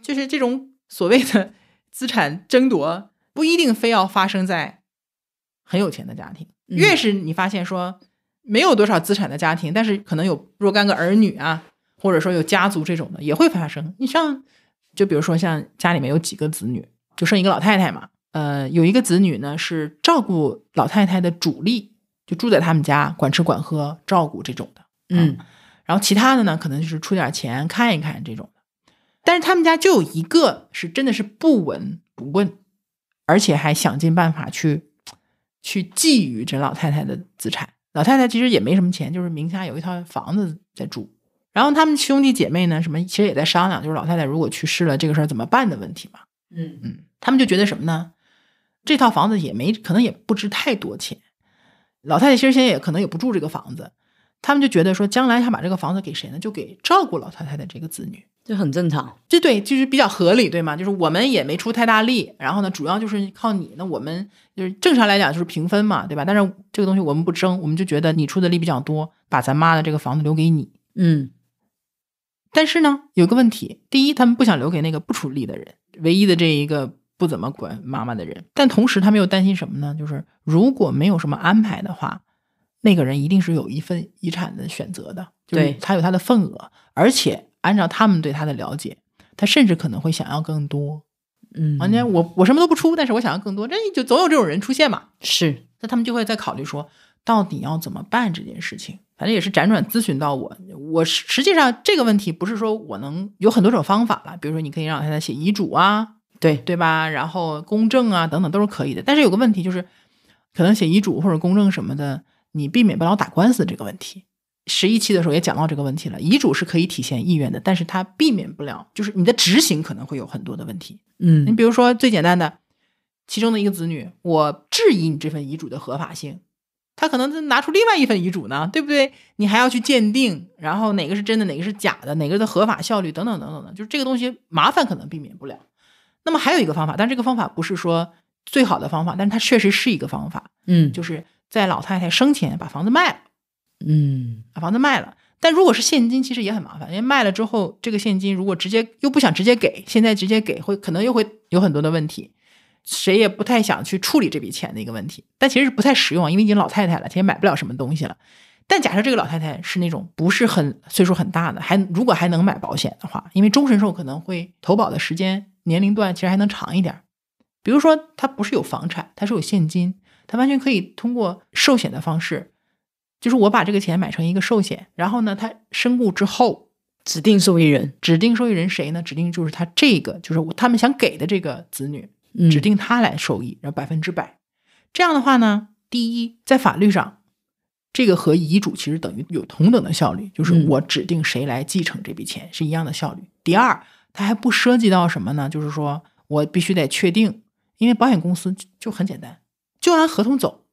Speaker 1: 就是这种所谓的资产争夺，不一定非要发生在很有钱的家庭。
Speaker 2: 嗯
Speaker 1: 越是你发现说没有多少资产的家庭，但是可能有若干个儿女啊，或者说有家族这种的也会发生。你像，就比如说像家里面有几个子女，就剩一个老太太嘛，呃，有一个子女呢是照顾老太太的主力，就住在他们家，管吃管喝，照顾这种的。
Speaker 2: 嗯
Speaker 1: 然后其他的呢，可能就是出点钱看一看这种的。但是他们家就有一个是真的是不闻不问，而且还想尽办法去去觊觎这老太太的资产。老太太其实也没什么钱，就是名下有一套房子在住。然后他们兄弟姐妹呢，什么其实也在商量，就是老太太如果去世了，这个事儿怎么办的问题嘛。
Speaker 2: 嗯
Speaker 1: 嗯，他们就觉得什么呢？这套房子也没可能也不值太多钱，老太太其实现在也可能也不住这个房子，他们就觉得说将来想把这个房子给谁呢？就给照顾老太太的这个子女，
Speaker 2: 这很正常
Speaker 1: 这对就是比较合理，对吗？就是我们也没出太大力，然后呢，主要就是靠你，那我们就是正常来讲就是平分嘛，对吧？但是这个东西我们不争，我们就觉得你出的力比较多，把咱妈的这个房子留给你。
Speaker 2: 嗯
Speaker 1: 但是呢，有个问题，第一，他们不想留给那个不出力的人，唯一的这一个不怎么管妈妈的人。但同时，他们又担心什么呢？就是如果没有什么安排的话，那个人一定是有一份遗产的选择的，就是
Speaker 2: 对
Speaker 1: 他有他的份额，而且按照他们对他的了解，他甚至可能会想要更多。
Speaker 2: 嗯
Speaker 1: 完全、我我什么都不出，但是我想要更多，这就总有这种人出现嘛。
Speaker 2: 是
Speaker 1: 那他们就会在考虑说，到底要怎么办这件事情。反正也是辗转咨询到我，我实实际上这个问题不是说我能有很多种方法了，比如说你可以让他写遗嘱啊，
Speaker 2: 对，
Speaker 1: 对吧？然后公证啊等等都是可以的。但是有个问题就是，可能写遗嘱或者公证什么的，你避免不了打官司这个问题。十一期的时候也讲到这个问题了，遗嘱是可以体现意愿的，但是它避免不了，就是你的执行可能会有很多的问题。你
Speaker 2: 嗯
Speaker 1: 比如说最简单的，其中的一个子女，我质疑你这份遗嘱的合法性，他可能就拿出另外一份遗嘱呢，对不对？你还要去鉴定，然后哪个是真的，哪个是假的，哪个的合法效率等等等等的，就是这个东西麻烦可能避免不了。那么还有一个方法，但这个方法不是说最好的方法，但是它确实是一个方法，
Speaker 2: 嗯
Speaker 1: 就是在老太太生前把房子卖了，
Speaker 2: 嗯
Speaker 1: 把房子卖了。但如果是现金，其实也很麻烦，因为卖了之后，这个现金如果直接又不想直接给，现在直接给会可能又会有很多的问题，谁也不太想去处理这笔钱的一个问题。但其实是不太实用啊，因为已经老太太了，她也买不了什么东西了。但假设这个老太太是那种不是很岁数很大的，还如果还能买保险的话，因为终身寿可能会投保的时间年龄段其实还能长一点儿。比如说，她不是有房产，她是有现金，她完全可以通过寿险的方式，就是我把这个钱买成一个寿险，然后呢，她身故之后，
Speaker 2: 指定受益人，
Speaker 1: 指定受益人谁呢？指定就是她这个，就是我他们想给的这个子女，
Speaker 2: 嗯
Speaker 1: 指定他来受益，然后百分之百。这样的话呢，第一，在法律上，这个和遗嘱其实等于有同等的效率，就是
Speaker 2: 嗯
Speaker 1: 我指定谁来继承这笔钱是一样的效率。第二，它还不涉及到什么呢？就是说我必须得确定，因为保险公司就就很简单，就按合同走。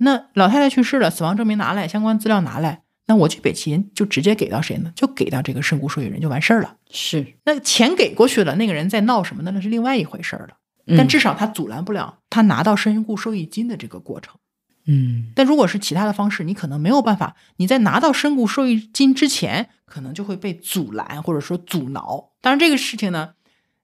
Speaker 1: 那老太太去世了，死亡证明拿来，相关资料拿来，那我这笔钱就直接给到谁呢？就给到这个身故受益人就完事儿了。
Speaker 2: 是，
Speaker 1: 那钱给过去了，那个人在闹什么呢？那是另外一回事儿了。
Speaker 2: 嗯
Speaker 1: 但至少他阻拦不了他拿到身故受益金的这个过程。
Speaker 2: 嗯
Speaker 1: 但如果是其他的方式，你可能没有办法，你在拿到身故受益金之前，可能就会被阻拦或者说阻挠。当然，这个事情呢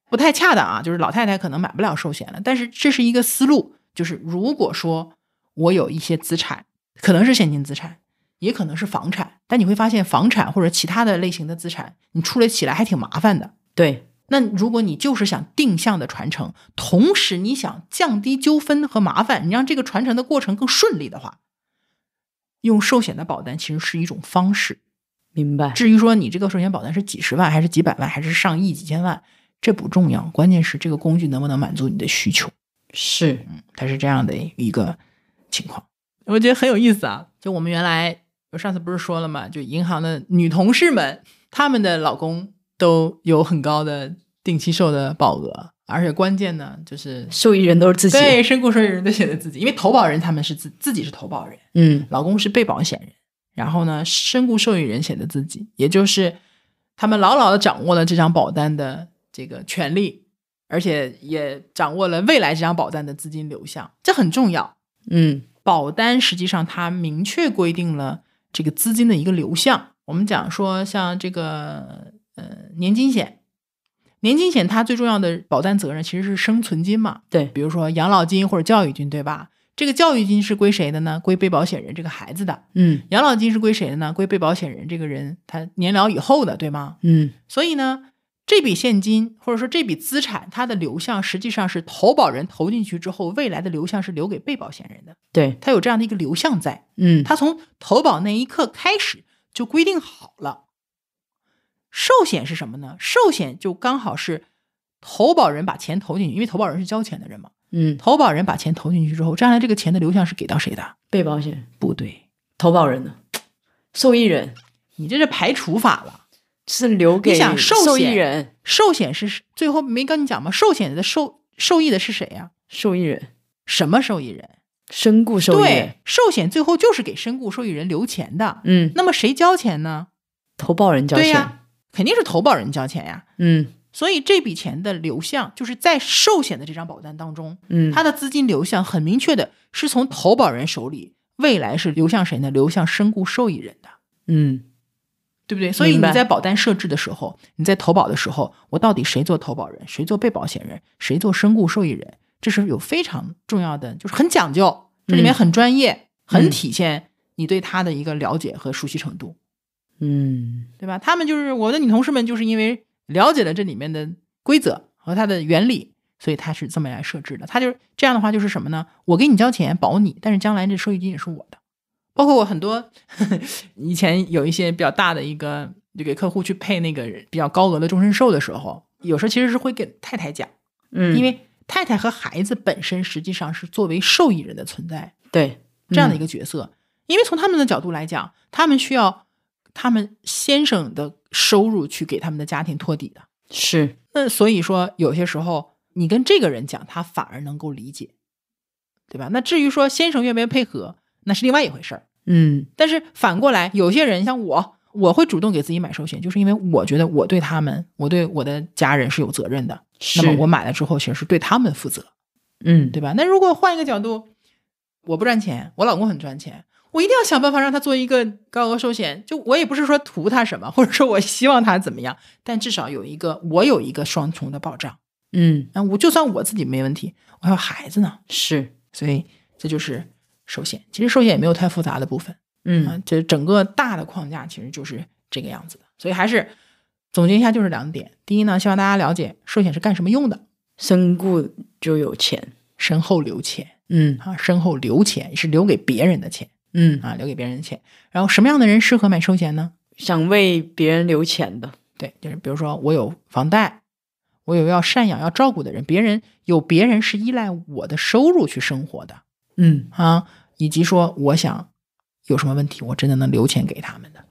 Speaker 1: 不太恰当啊，就是老太太可能买不了寿险了，但是这是一个思路，就是如果说我有一些资产，可能是现金资产。也可能是房产，但你会发现房产或者其他的类型的资产，你处理起来还挺麻烦的。
Speaker 2: 对，
Speaker 1: 那如果你就是想定向的传承，同时你想降低纠纷和麻烦，你让这个传承的过程更顺利的话，用寿险的保单其实是一种方式。
Speaker 2: 明白，
Speaker 1: 至于说你这个寿险保单是几十万，还是几百万，还是上亿、几千万，这不重要，关键是这个工具能不能满足你的需求。
Speaker 2: 是，
Speaker 1: 它是这样的一个情况，我觉得很有意思啊。就我们原来，我上次不是说了嘛，就银行的女同事们，她们的老公都有很高的定期寿的保额，而且关键呢，就是
Speaker 2: 受益人都是自己，
Speaker 1: 对身故受益人都写的自己，因为投保人他们是自自己是投保人，
Speaker 2: 嗯
Speaker 1: 老公是被保险人，然后呢，身故受益人写的自己，也就是他们牢牢的掌握了这张保单的这个权利，而且也掌握了未来这张保单的资金流向，这很重要。
Speaker 2: 嗯
Speaker 1: 保单实际上它明确规定了这个资金的一个流向。我们讲说，像这个呃年金险，年金险它最重要的保单责任其实是生存金嘛，
Speaker 2: 对
Speaker 1: 比如说养老金或者教育金，对吧？这个教育金是归谁的呢？归被保险人这个孩子的。
Speaker 2: 嗯
Speaker 1: 养老金是归谁的呢？归被保险人这个人他年老以后的，对吗？
Speaker 2: 嗯
Speaker 1: 所以呢，这笔现金或者说这笔资产，它的流向实际上是投保人投进去之后，未来的流向是留给被保险人的，
Speaker 2: 对，
Speaker 1: 它有这样的一个流向在。
Speaker 2: 嗯
Speaker 1: 它从投保那一刻开始就规定好了。寿险是什么呢？寿险就刚好是投保人把钱投进去，因为投保人是交钱的人嘛。
Speaker 2: 嗯
Speaker 1: 投保人把钱投进去之后，将来这个钱的流向是给到谁的？
Speaker 2: 被保险
Speaker 1: 不对，
Speaker 2: 投保人呢，受益人
Speaker 1: 你这是排除法了。
Speaker 2: 是留给
Speaker 1: 你想寿
Speaker 2: 受益
Speaker 1: 险
Speaker 2: 人，
Speaker 1: 寿险是最后没跟你讲吗？寿险的受受益的是谁呀、
Speaker 2: 受益人
Speaker 1: 什么受益人？
Speaker 2: 身故受益人
Speaker 1: 对，，寿险最后就是给身故受益人留钱的。
Speaker 2: 嗯，
Speaker 1: 那么谁交钱呢？
Speaker 2: 投保人交
Speaker 1: 对啊呀、
Speaker 2: 钱，
Speaker 1: 肯定是投保人交钱呀。
Speaker 2: 嗯
Speaker 1: 所以这笔钱的流向就是在寿险的这张保单当中，
Speaker 2: 嗯，
Speaker 1: 它的资金流向很明确的是从投保人手里，未来是流向谁呢？流向身故受益人的。
Speaker 2: 嗯
Speaker 1: 对不对？所以
Speaker 2: 明
Speaker 1: 你
Speaker 2: 白
Speaker 1: 在保单设置的时候，你在投保的时候，我到底谁做投保人，谁做被保险人，谁做身故受益人，这是有非常重要的，就是很讲究，这里
Speaker 2: 嗯
Speaker 1: 面很专业，很体现你对他的一个了解和熟悉程度，
Speaker 2: 嗯
Speaker 1: 对吧？他们就是我的女同事们，就是因为了解了这里面的规则和它的原理。所以他是这么来设置的，他就是这样的话，就是什么呢？我给你交钱保你，但是将来这收益金也是我的。包括我很多 以前有一些比较大的一个，就给客户去配那个比较高额的终身寿的时候，有时候其实是会给太太讲，
Speaker 2: 嗯，
Speaker 1: 因为太太和孩子本身实际上是作为受益人的存在
Speaker 2: 对嗯
Speaker 1: 这样的一
Speaker 2: 个，
Speaker 1: 个角色，因为从他们的角度来讲，他们需要他们先生的收入去给他们的家庭托底的。
Speaker 2: 是
Speaker 1: 那所以说，有些时候你跟这个人讲，他反而能够理解，对吧？那至于说先生愿不愿意配合，那是另外一回事儿。
Speaker 2: 嗯
Speaker 1: 但是反过来，有些人像我，我会主动给自己买寿险，就是因为我觉得我对他们，我对我的家人是有责任的。
Speaker 2: 是，
Speaker 1: 那么我买了之后，其实是对他们负责，
Speaker 2: 嗯
Speaker 1: 对吧？那如果换一个角度，我不赚钱，我老公很赚钱，我一定要想办法让他做一个高额寿险。就我也不是说图他什么，或者说我希望他怎么样，但至少有一个我有一个双重的保障。
Speaker 2: 嗯
Speaker 1: 啊，我就算我自己没问题，我还有孩子呢，
Speaker 2: 是
Speaker 1: 所以这就是寿险。其实寿险也没有太复杂的部分啊
Speaker 2: 嗯，
Speaker 1: 这整个大的框架其实就是这个样子的。所以还是总结一下，就是两点：第一呢，希望大家了解寿险是干什么用的，
Speaker 2: 身故就有钱，
Speaker 1: 身后留钱
Speaker 2: 嗯
Speaker 1: 啊，身后留钱是留给别人的钱
Speaker 2: 嗯，
Speaker 1: 啊，留给别人的钱。然后什么样的人适合买寿险呢？
Speaker 2: 想为别人留钱的，
Speaker 1: 对，就是比如说我有房贷，我有要赡养要照顾的人，别人有别人是依赖我的收入去生活的。
Speaker 2: 嗯
Speaker 1: 啊，以及说我想有什么问题，我真的能留钱给他们的，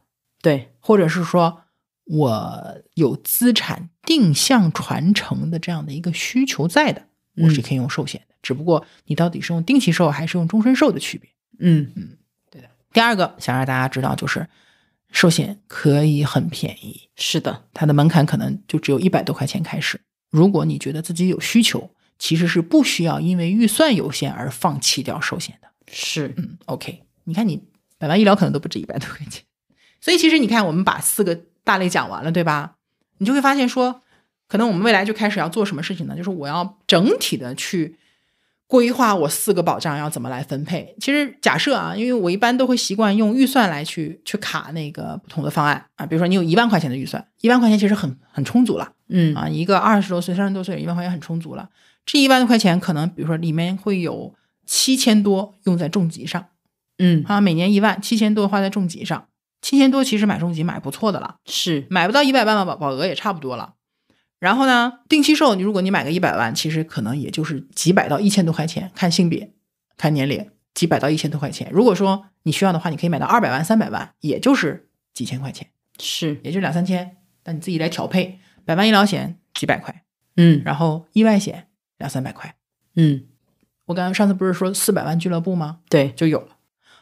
Speaker 2: 对，
Speaker 1: 或者是说我有资产定向传承的这样的一个需求在的，我是
Speaker 2: 嗯
Speaker 1: 可以用寿险的。只不过你到底是用定期寿还是用终身寿的区别。
Speaker 2: 嗯
Speaker 1: 第二个想让大家知道就是，寿险可以很便宜，
Speaker 2: 是的，
Speaker 1: 它的门槛可能就只有一百多块钱开始。如果你觉得自己有需求，其实是不需要因为预算有限而放弃掉寿险的。
Speaker 2: 是
Speaker 1: 嗯，OK，你看你百万医疗可能都不止一百多块钱，所以其实你看我们把四个大类讲完了，对吧？你就会发现说，可能我们未来就开始要做什么事情呢？就是我要整体的去规划我四个保障要怎么来分配。其实假设啊，因为我一般都会习惯用预算来去去卡那个不同的方案啊，比如说你有一万块钱的预算，一万块钱其实很很充足了。
Speaker 2: 嗯
Speaker 1: 啊，一个二十多岁、三十多岁，一万块钱很充足了。这一万块钱可能，比如说里面会有七千多用在重疾上
Speaker 2: 嗯
Speaker 1: 啊，每年一万，七千多花在重疾上，七千多其实买重疾买不错的了，
Speaker 2: 是
Speaker 1: 买不到一百万吧，保保额也差不多了。然后呢，定期寿，你如果你买个一百万，其实可能也就是几百到一千多块钱，看性别、看年龄，几百到一千多块钱。如果说你需要的话，你可以买到二百万、三百万，也就是几千块钱，
Speaker 2: 是
Speaker 1: 也就两三千，但你自己来调配。百万医疗险几百块，
Speaker 2: 嗯
Speaker 1: 然后意外险两三百块。
Speaker 2: 嗯
Speaker 1: 我刚刚上次不是说四百万俱乐部吗？
Speaker 2: 对
Speaker 1: 就有了。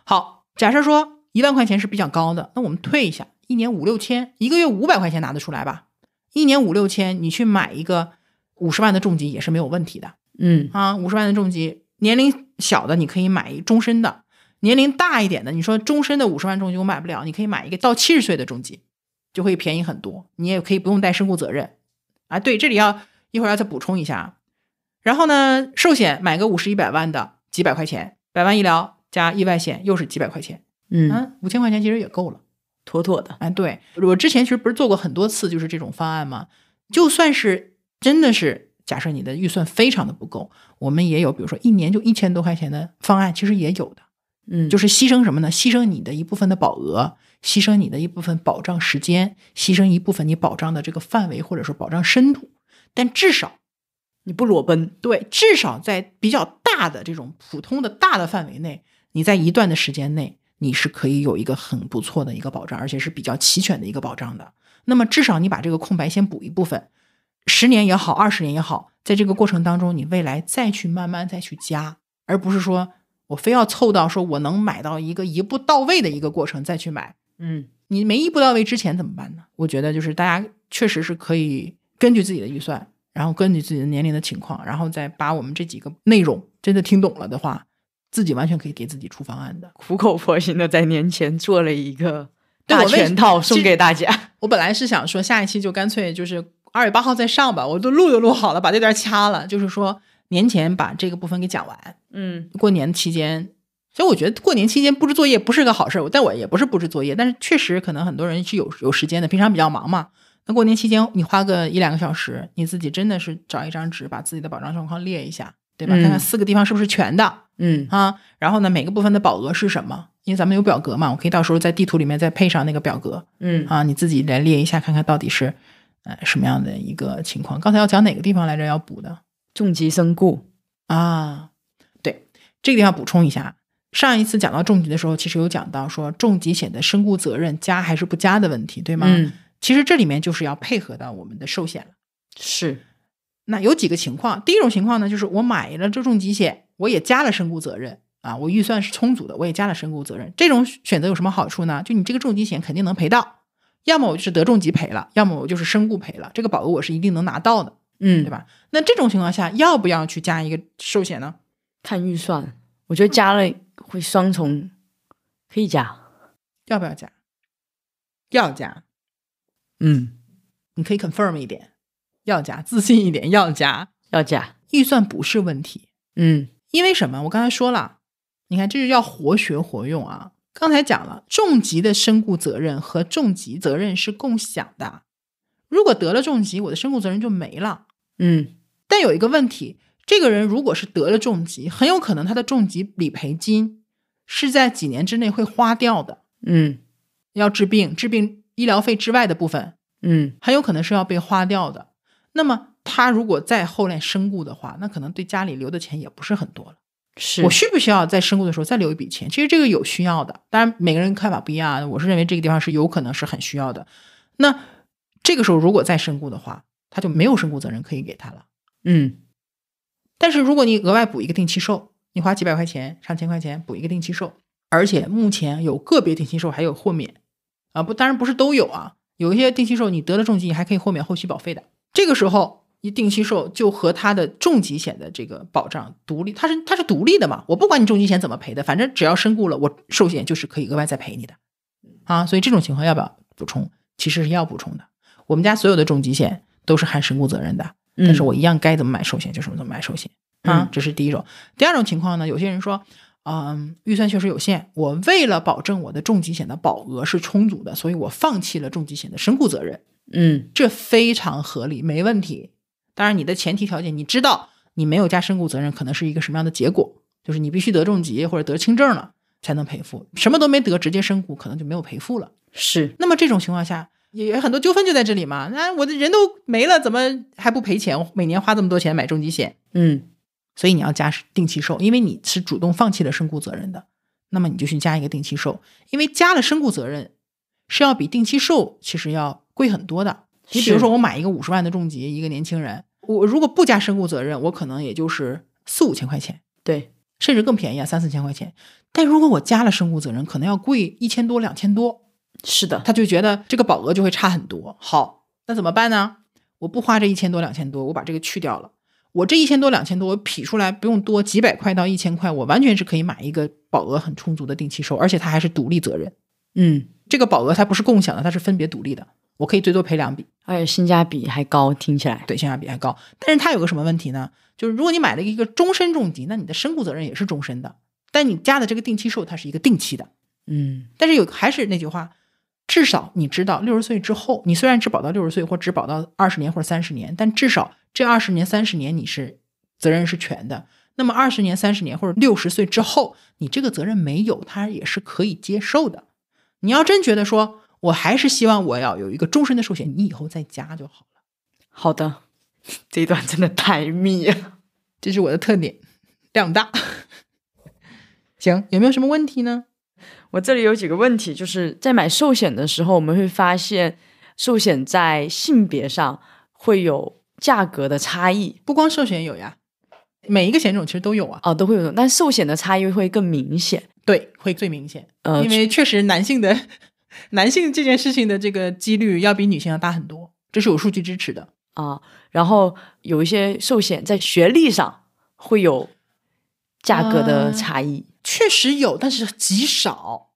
Speaker 1: 好，假设说一万块钱是比较高的，那我们退一下，一年五六千，一个月五百块钱拿得出来吧？一年五六千，你去买一个五十万的重疾也是没有问题的
Speaker 2: 嗯
Speaker 1: 啊。五十万的重疾，年龄小的你可以买一终身的，年龄大一点的，你说终身的五十万重疾我买不了，你可以买一个到七十岁的重疾，就会便宜很多。你也可以不用带身故责任啊。对，这里要一会儿要再补充一下啊。然后呢，寿险买个五十一百万的几百块钱，百万医疗加意外险又是几百块钱，
Speaker 2: 嗯，
Speaker 1: 嗯，五千块钱其实也够了。
Speaker 2: 妥妥的，
Speaker 1: 哎，对我之前其实不是做过很多次就是这种方案吗？就算是真的是假设你的预算非常的不够，我们也有比如说一年就一千多块钱的方案，其实也有的，
Speaker 2: 嗯
Speaker 1: 就是是牺牲什么呢？牺牲你的一部分的保额，牺牲你的一部分保障时间，牺牲一部分你保障的这个范围或者说保障深度，但至少
Speaker 2: 你不裸奔，
Speaker 1: 对，至少在比较大的这种普通的大的范围内，你在一段的时间内，你是可以有一个很不错的一个保障，而且是比较齐全的一个保障的。那么至少你把这个空白先补一部分，十年也好，二十年也好，在这个过程当中，你未来再去慢慢再去加，而不是说我非要凑到说我能买到一个一步到位的一个过程再去买，
Speaker 2: 嗯
Speaker 1: 你没一步到位之前怎么办呢？我觉得就是大家确实是可以根据自己的预算，然后根据自己的年龄的情况，然后再把我们这几个内容真的听懂了的话，自己完全可以给自己出方案的。
Speaker 2: 苦口婆心的在年前做了一个
Speaker 1: 对
Speaker 2: 大
Speaker 1: 我为
Speaker 2: 全套送给大家。
Speaker 1: 我本来是想说下一期就干脆就是二月八号再上吧，我都录都录好了，把这段掐了，就是说年前把这个部分给讲完。
Speaker 2: 嗯
Speaker 1: 过年期间，所以我觉得过年期间布置作业不是个好事儿，但我也不是布置作业，但是确实可能很多人是有有时间的，平常比较忙嘛。那过年期间，你花个一两个小时，你自己真的是找一张纸，把自己的保障状况列一下，对吧？
Speaker 2: 嗯
Speaker 1: 看看四个地方是不是全的
Speaker 2: 嗯
Speaker 1: 啊？然后呢，每个部分的保额是什么？因为咱们有表格嘛，我可以到时候在地图里面再配上那个表格
Speaker 2: 嗯
Speaker 1: 啊，你自己来列一下，看看到底是呃什么样的一个情况。刚才要讲哪个地方来着？要补的
Speaker 2: 重疾身故，
Speaker 1: 啊，对，这个地方补充一下，上一次讲到重疾的时候，其实有讲到说重疾险的身故责任加还是不加的问题，对吗？
Speaker 2: 嗯，
Speaker 1: 其实这里面就是要配合到我们的寿险了。
Speaker 2: 是，
Speaker 1: 那有几个情况，第一种情况呢，就是我买了这重疾险，我也加了身故责任啊，我预算是充足的，我也加了身故责任。这种选择有什么好处呢？就你这个重疾险肯定能赔到，要么我就是得重疾赔了，要么我就是身故赔了，这个保额我是一定能拿到的，
Speaker 2: 嗯
Speaker 1: 对吧？那这种情况下，要不要去加一个寿险呢？
Speaker 2: 看预算，我觉得加了会双重，可以加，
Speaker 1: 要不要加？要加，
Speaker 2: 嗯，
Speaker 1: 你可以 confirm 一点，要加，自信一点，要加。
Speaker 2: 要加，
Speaker 1: 预算不是问题，
Speaker 2: 嗯
Speaker 1: 因为什么？我刚才说了，你看这就叫活学活用啊。刚才讲了，重疾的身故责任和重疾责任是共享的。如果得了重疾，我的身故责任就没了。
Speaker 2: 嗯，
Speaker 1: 但有一个问题，这个人如果是得了重疾，很有可能他的重疾理赔金是在几年之内会花掉的，
Speaker 2: 嗯
Speaker 1: 要治病、治病医疗费之外的部分，
Speaker 2: 嗯，
Speaker 1: 很有可能是要被花掉的。那么他如果再后来身故的话，那可能对家里留的钱也不是很多了。
Speaker 2: 是，
Speaker 1: 我需不需要在身故的时候再留一笔钱？其实这个有需要的，当然每个人看法不一样啊。我是认为这个地方是有可能是很需要的。那这个时候如果再身故的话，他就没有身故责任可以给他了。
Speaker 2: 嗯
Speaker 1: 但是如果你额外补一个定期寿，你花几百块钱、上千块钱补一个定期寿，而且目前有个别定期寿还有豁免啊，不，当然不是都有啊，有一些定期寿你得了重疾，你还可以豁免后续保费的。这个时候，一定期寿就和它的重疾险的这个保障独立，它是它是独立的嘛，我不管你重疾险怎么赔的，反正只要身故了，我寿险就是可以额外再赔你的啊。所以这种情况要不要补充？其实是要补充的。我们家所有的重疾险都是含身故责任的，
Speaker 2: 嗯，
Speaker 1: 但是我一样该怎么买寿险就什么怎么买寿险啊
Speaker 2: 嗯，
Speaker 1: 这是第一种。第二种情况呢，有些人说，嗯，预算确实有限，我为了保证我的重疾险的保额是充足的，所以我放弃了重疾险的身故责任，
Speaker 2: 嗯
Speaker 1: 这非常合理，没问题。当然，你的前提条件，你知道你没有加身故责任可能是一个什么样的结果，就是你必须得重疾或者得轻症了才能赔付，什么都没得直接身故可能就没有赔付了。
Speaker 2: 是，
Speaker 1: 那么这种情况下，也有很多纠纷就在这里嘛。那我的人都没了，怎么还不赔钱？我每年花这么多钱买重疾险，
Speaker 2: 嗯
Speaker 1: 所以你要加定期寿，因为你是主动放弃了身故责任的，那么你就去加一个定期寿，因为加了身故责任是要比定期寿其实要贵很多的。你比如
Speaker 2: 是
Speaker 1: 说，我买一个五十万的重疾，一个年轻人，我如果不加身故责任，我可能也就是四五千块钱，
Speaker 2: 对，
Speaker 1: 甚至更便宜啊，三四千块钱。但如果我加了身故责任，可能要贵一千多、两千多。
Speaker 2: 是的，
Speaker 1: 他就觉得这个保额就会差很多。好，那怎么办呢？我不花这一千多两千多，我把这个去掉了。我这一千多两千多，我匹出来不用多几百块到一千块，我完全是可以买一个保额很充足的定期寿，而且它还是独立责任。
Speaker 2: 嗯，
Speaker 1: 这个保额它不是共享的，它是分别独立的。我可以最多赔两笔，
Speaker 2: 而且性价比还高，听起来，
Speaker 1: 对，性价比还高。但是它有个什么问题呢？就是如果你买了一个终身重疾，那你的身故责任也是终身的，但你加的这个定期寿它是一个定期的，
Speaker 2: 嗯
Speaker 1: 但是有还是那句话，至少你知道六十岁之后，你虽然只保到六十岁或只保到二十年或者三十年，但至少这二十年三十年你是责任是全的。那么二十年、三十年或者六十岁之后，你这个责任没有，他也是可以接受的。你要真觉得说，我还是希望我要有一个终身的寿险，你以后再加就好了。
Speaker 2: 好的， 这一段真的太密了。
Speaker 1: 这是我的特点，量大。 行，有没有什么问题呢？
Speaker 2: 我这里有几个问题，就是在买寿险的时候，我们会发现寿险在性别上会有价格的差异
Speaker 1: 不光寿险有呀，每一个险种其实都有啊。
Speaker 2: 哦，都会有，但寿险的差异会更明显。
Speaker 1: 对，会最明显。
Speaker 2: 呃
Speaker 1: 因，为确实男性的 男性这件事情的这个几率要比女性要大很多，这是有数据支持的。
Speaker 2: 啊，然后有一些寿险在学历上会有价格的差异。
Speaker 1: 确实有，但是极少。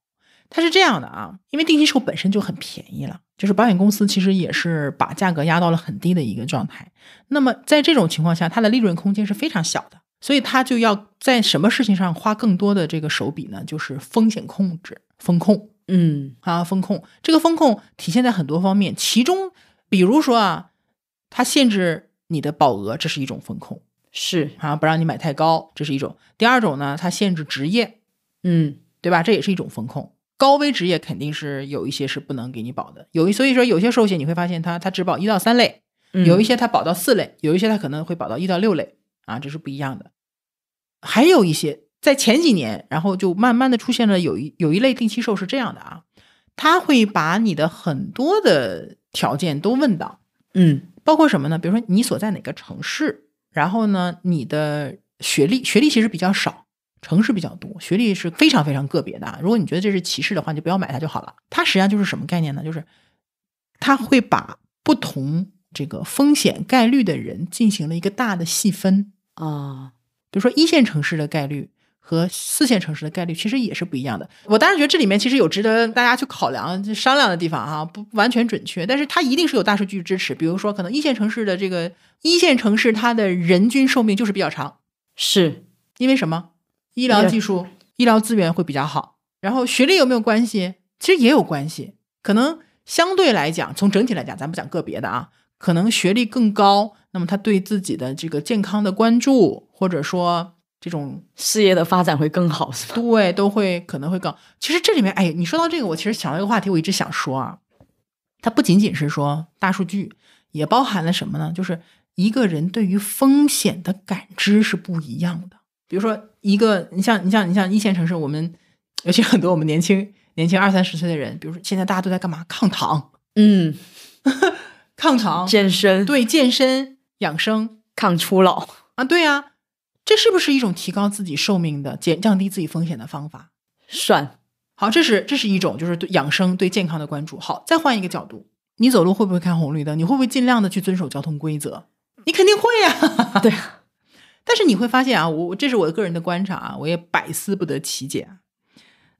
Speaker 1: 它是这样的啊，因为定期寿本身就很便宜了，就是保险公司其实也是把价格压到了很低的一个状态。那么在这种情况下，它的利润空间是非常小的，所以它就要在什么事情上花更多的这个手笔呢？就是风险控制、风控。
Speaker 2: 嗯
Speaker 1: 啊，风控这个风控体现在很多方面，其中比如说啊，它限制你的保额，这是一种风控
Speaker 2: 是，
Speaker 1: 啊，不让你买太高，这是一种。第二种呢，它限制职业，
Speaker 2: 嗯
Speaker 1: 对吧？这也是一种风控。高危职业肯定是有一些是不能给你保的，有一所以说有些寿险你会发现它它只保一到三类，
Speaker 2: 嗯
Speaker 1: 有一些它保到四类，有一些它可能会保到一到六类，啊，这是不一样的。还有一些在前几年，然后就慢慢的出现了有一有一类定期寿是这样的啊，他会把你的很多的条件都问到，
Speaker 2: 嗯
Speaker 1: 包括什么呢？比如说你所在哪个城市，然后呢，你的学历，学历其实比较少，城市比较多，学历是非常非常个别的啊。如果你觉得这是歧视的话，你就不要买它就好了。它实际上就是什么概念呢？就是它会把不同这个风险概率的人进行了一个大的细分，
Speaker 2: 啊，
Speaker 1: 比如说一线城市的概率。和四线城市的概率其实也是不一样的。我当然觉得这里面其实有值得大家去考量、就商量的地方啊，不不完全准确，但是它一定是有大数据支持。比如说，可能一线城市的这个一线城市，它的人均寿命就是比较长，
Speaker 2: 是
Speaker 1: 因为什么？医疗技术、医疗资源会比较好。然后学历有没有关系？其实也有关系。可能相对来讲，从整体来讲，咱不讲个别的啊，可能学历更高，那么他对自己的这个健康的关注，或者说这种
Speaker 2: 事业的发展会更好，是吧？
Speaker 1: 对都会可能会更。其实这里面，哎，你说到这个，我其实想到一个话题，我一直想说啊，它不仅仅是说大数据，也包含了什么呢？就是一个人对于风险的感知是不一样的。比如说，一个你像你像你像一线城市，我们尤其很多我们年轻年轻二三十岁的人，比如说现在大家都在干嘛？抗糖，
Speaker 2: 嗯，
Speaker 1: 抗糖，
Speaker 2: 健身
Speaker 1: 对健身养生
Speaker 2: 抗初老，
Speaker 1: 啊，对呀、啊，这是不是一种提高自己寿命的、减降低自己风险的方法？
Speaker 2: 算
Speaker 1: 好，这是这是一种就是对养生、对健康的关注。好，再换一个角度，你走路会不会看红绿灯？你会不会尽量的去遵守交通规则？你肯定会呀、
Speaker 2: 对，
Speaker 1: 但是你会发现啊，我我这是我个人的观察啊，我也百思不得其解啊。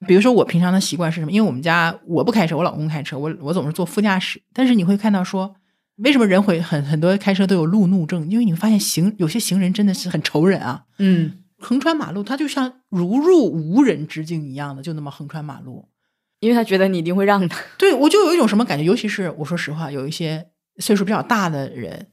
Speaker 1: 比如说我平常的习惯是什么？因为我们家我不开车，我老公开车，我我总是坐副驾驶。但是你会看到说，为什么人会很很多开车都有路怒症？因为你会发现行有些行人真的是很仇人啊，
Speaker 2: 嗯，
Speaker 1: 横穿马路，他就像如入无人之境一样的，就那么横穿马路。
Speaker 2: 因为他觉得你一定会让他，
Speaker 1: 对我就有一种什么感觉，尤其是我说实话，有一些岁数比较大的人，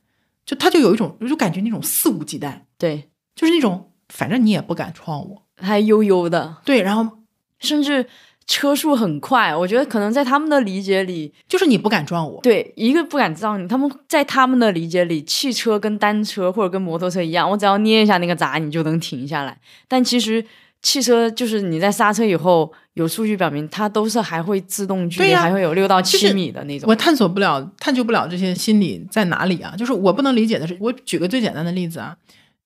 Speaker 1: 就他就有一种，我就感觉那种肆无忌惮，
Speaker 2: 对，
Speaker 1: 就是那种反正你也不敢撞我，
Speaker 2: 还悠悠的，
Speaker 1: 对，然后
Speaker 2: 甚至车速很快。我觉得可能在他们的理解里，
Speaker 1: 就是你不敢撞我，
Speaker 2: 对一个不敢撞你，他们在他们的理解里，汽车跟单车或者跟摩托车一样，我只要捏一下那个闸，你就能停下来。但其实汽车就是你在刹车以后，有数据表明它都是还会自动距
Speaker 1: 对
Speaker 2: 离、
Speaker 1: 呀
Speaker 2: 还会有六到
Speaker 1: 就
Speaker 2: 七
Speaker 1: 是
Speaker 2: 米的那种。
Speaker 1: 我探索不了、探究不了这些心理在哪里啊。就是我不能理解的是，我举个最简单的例子啊，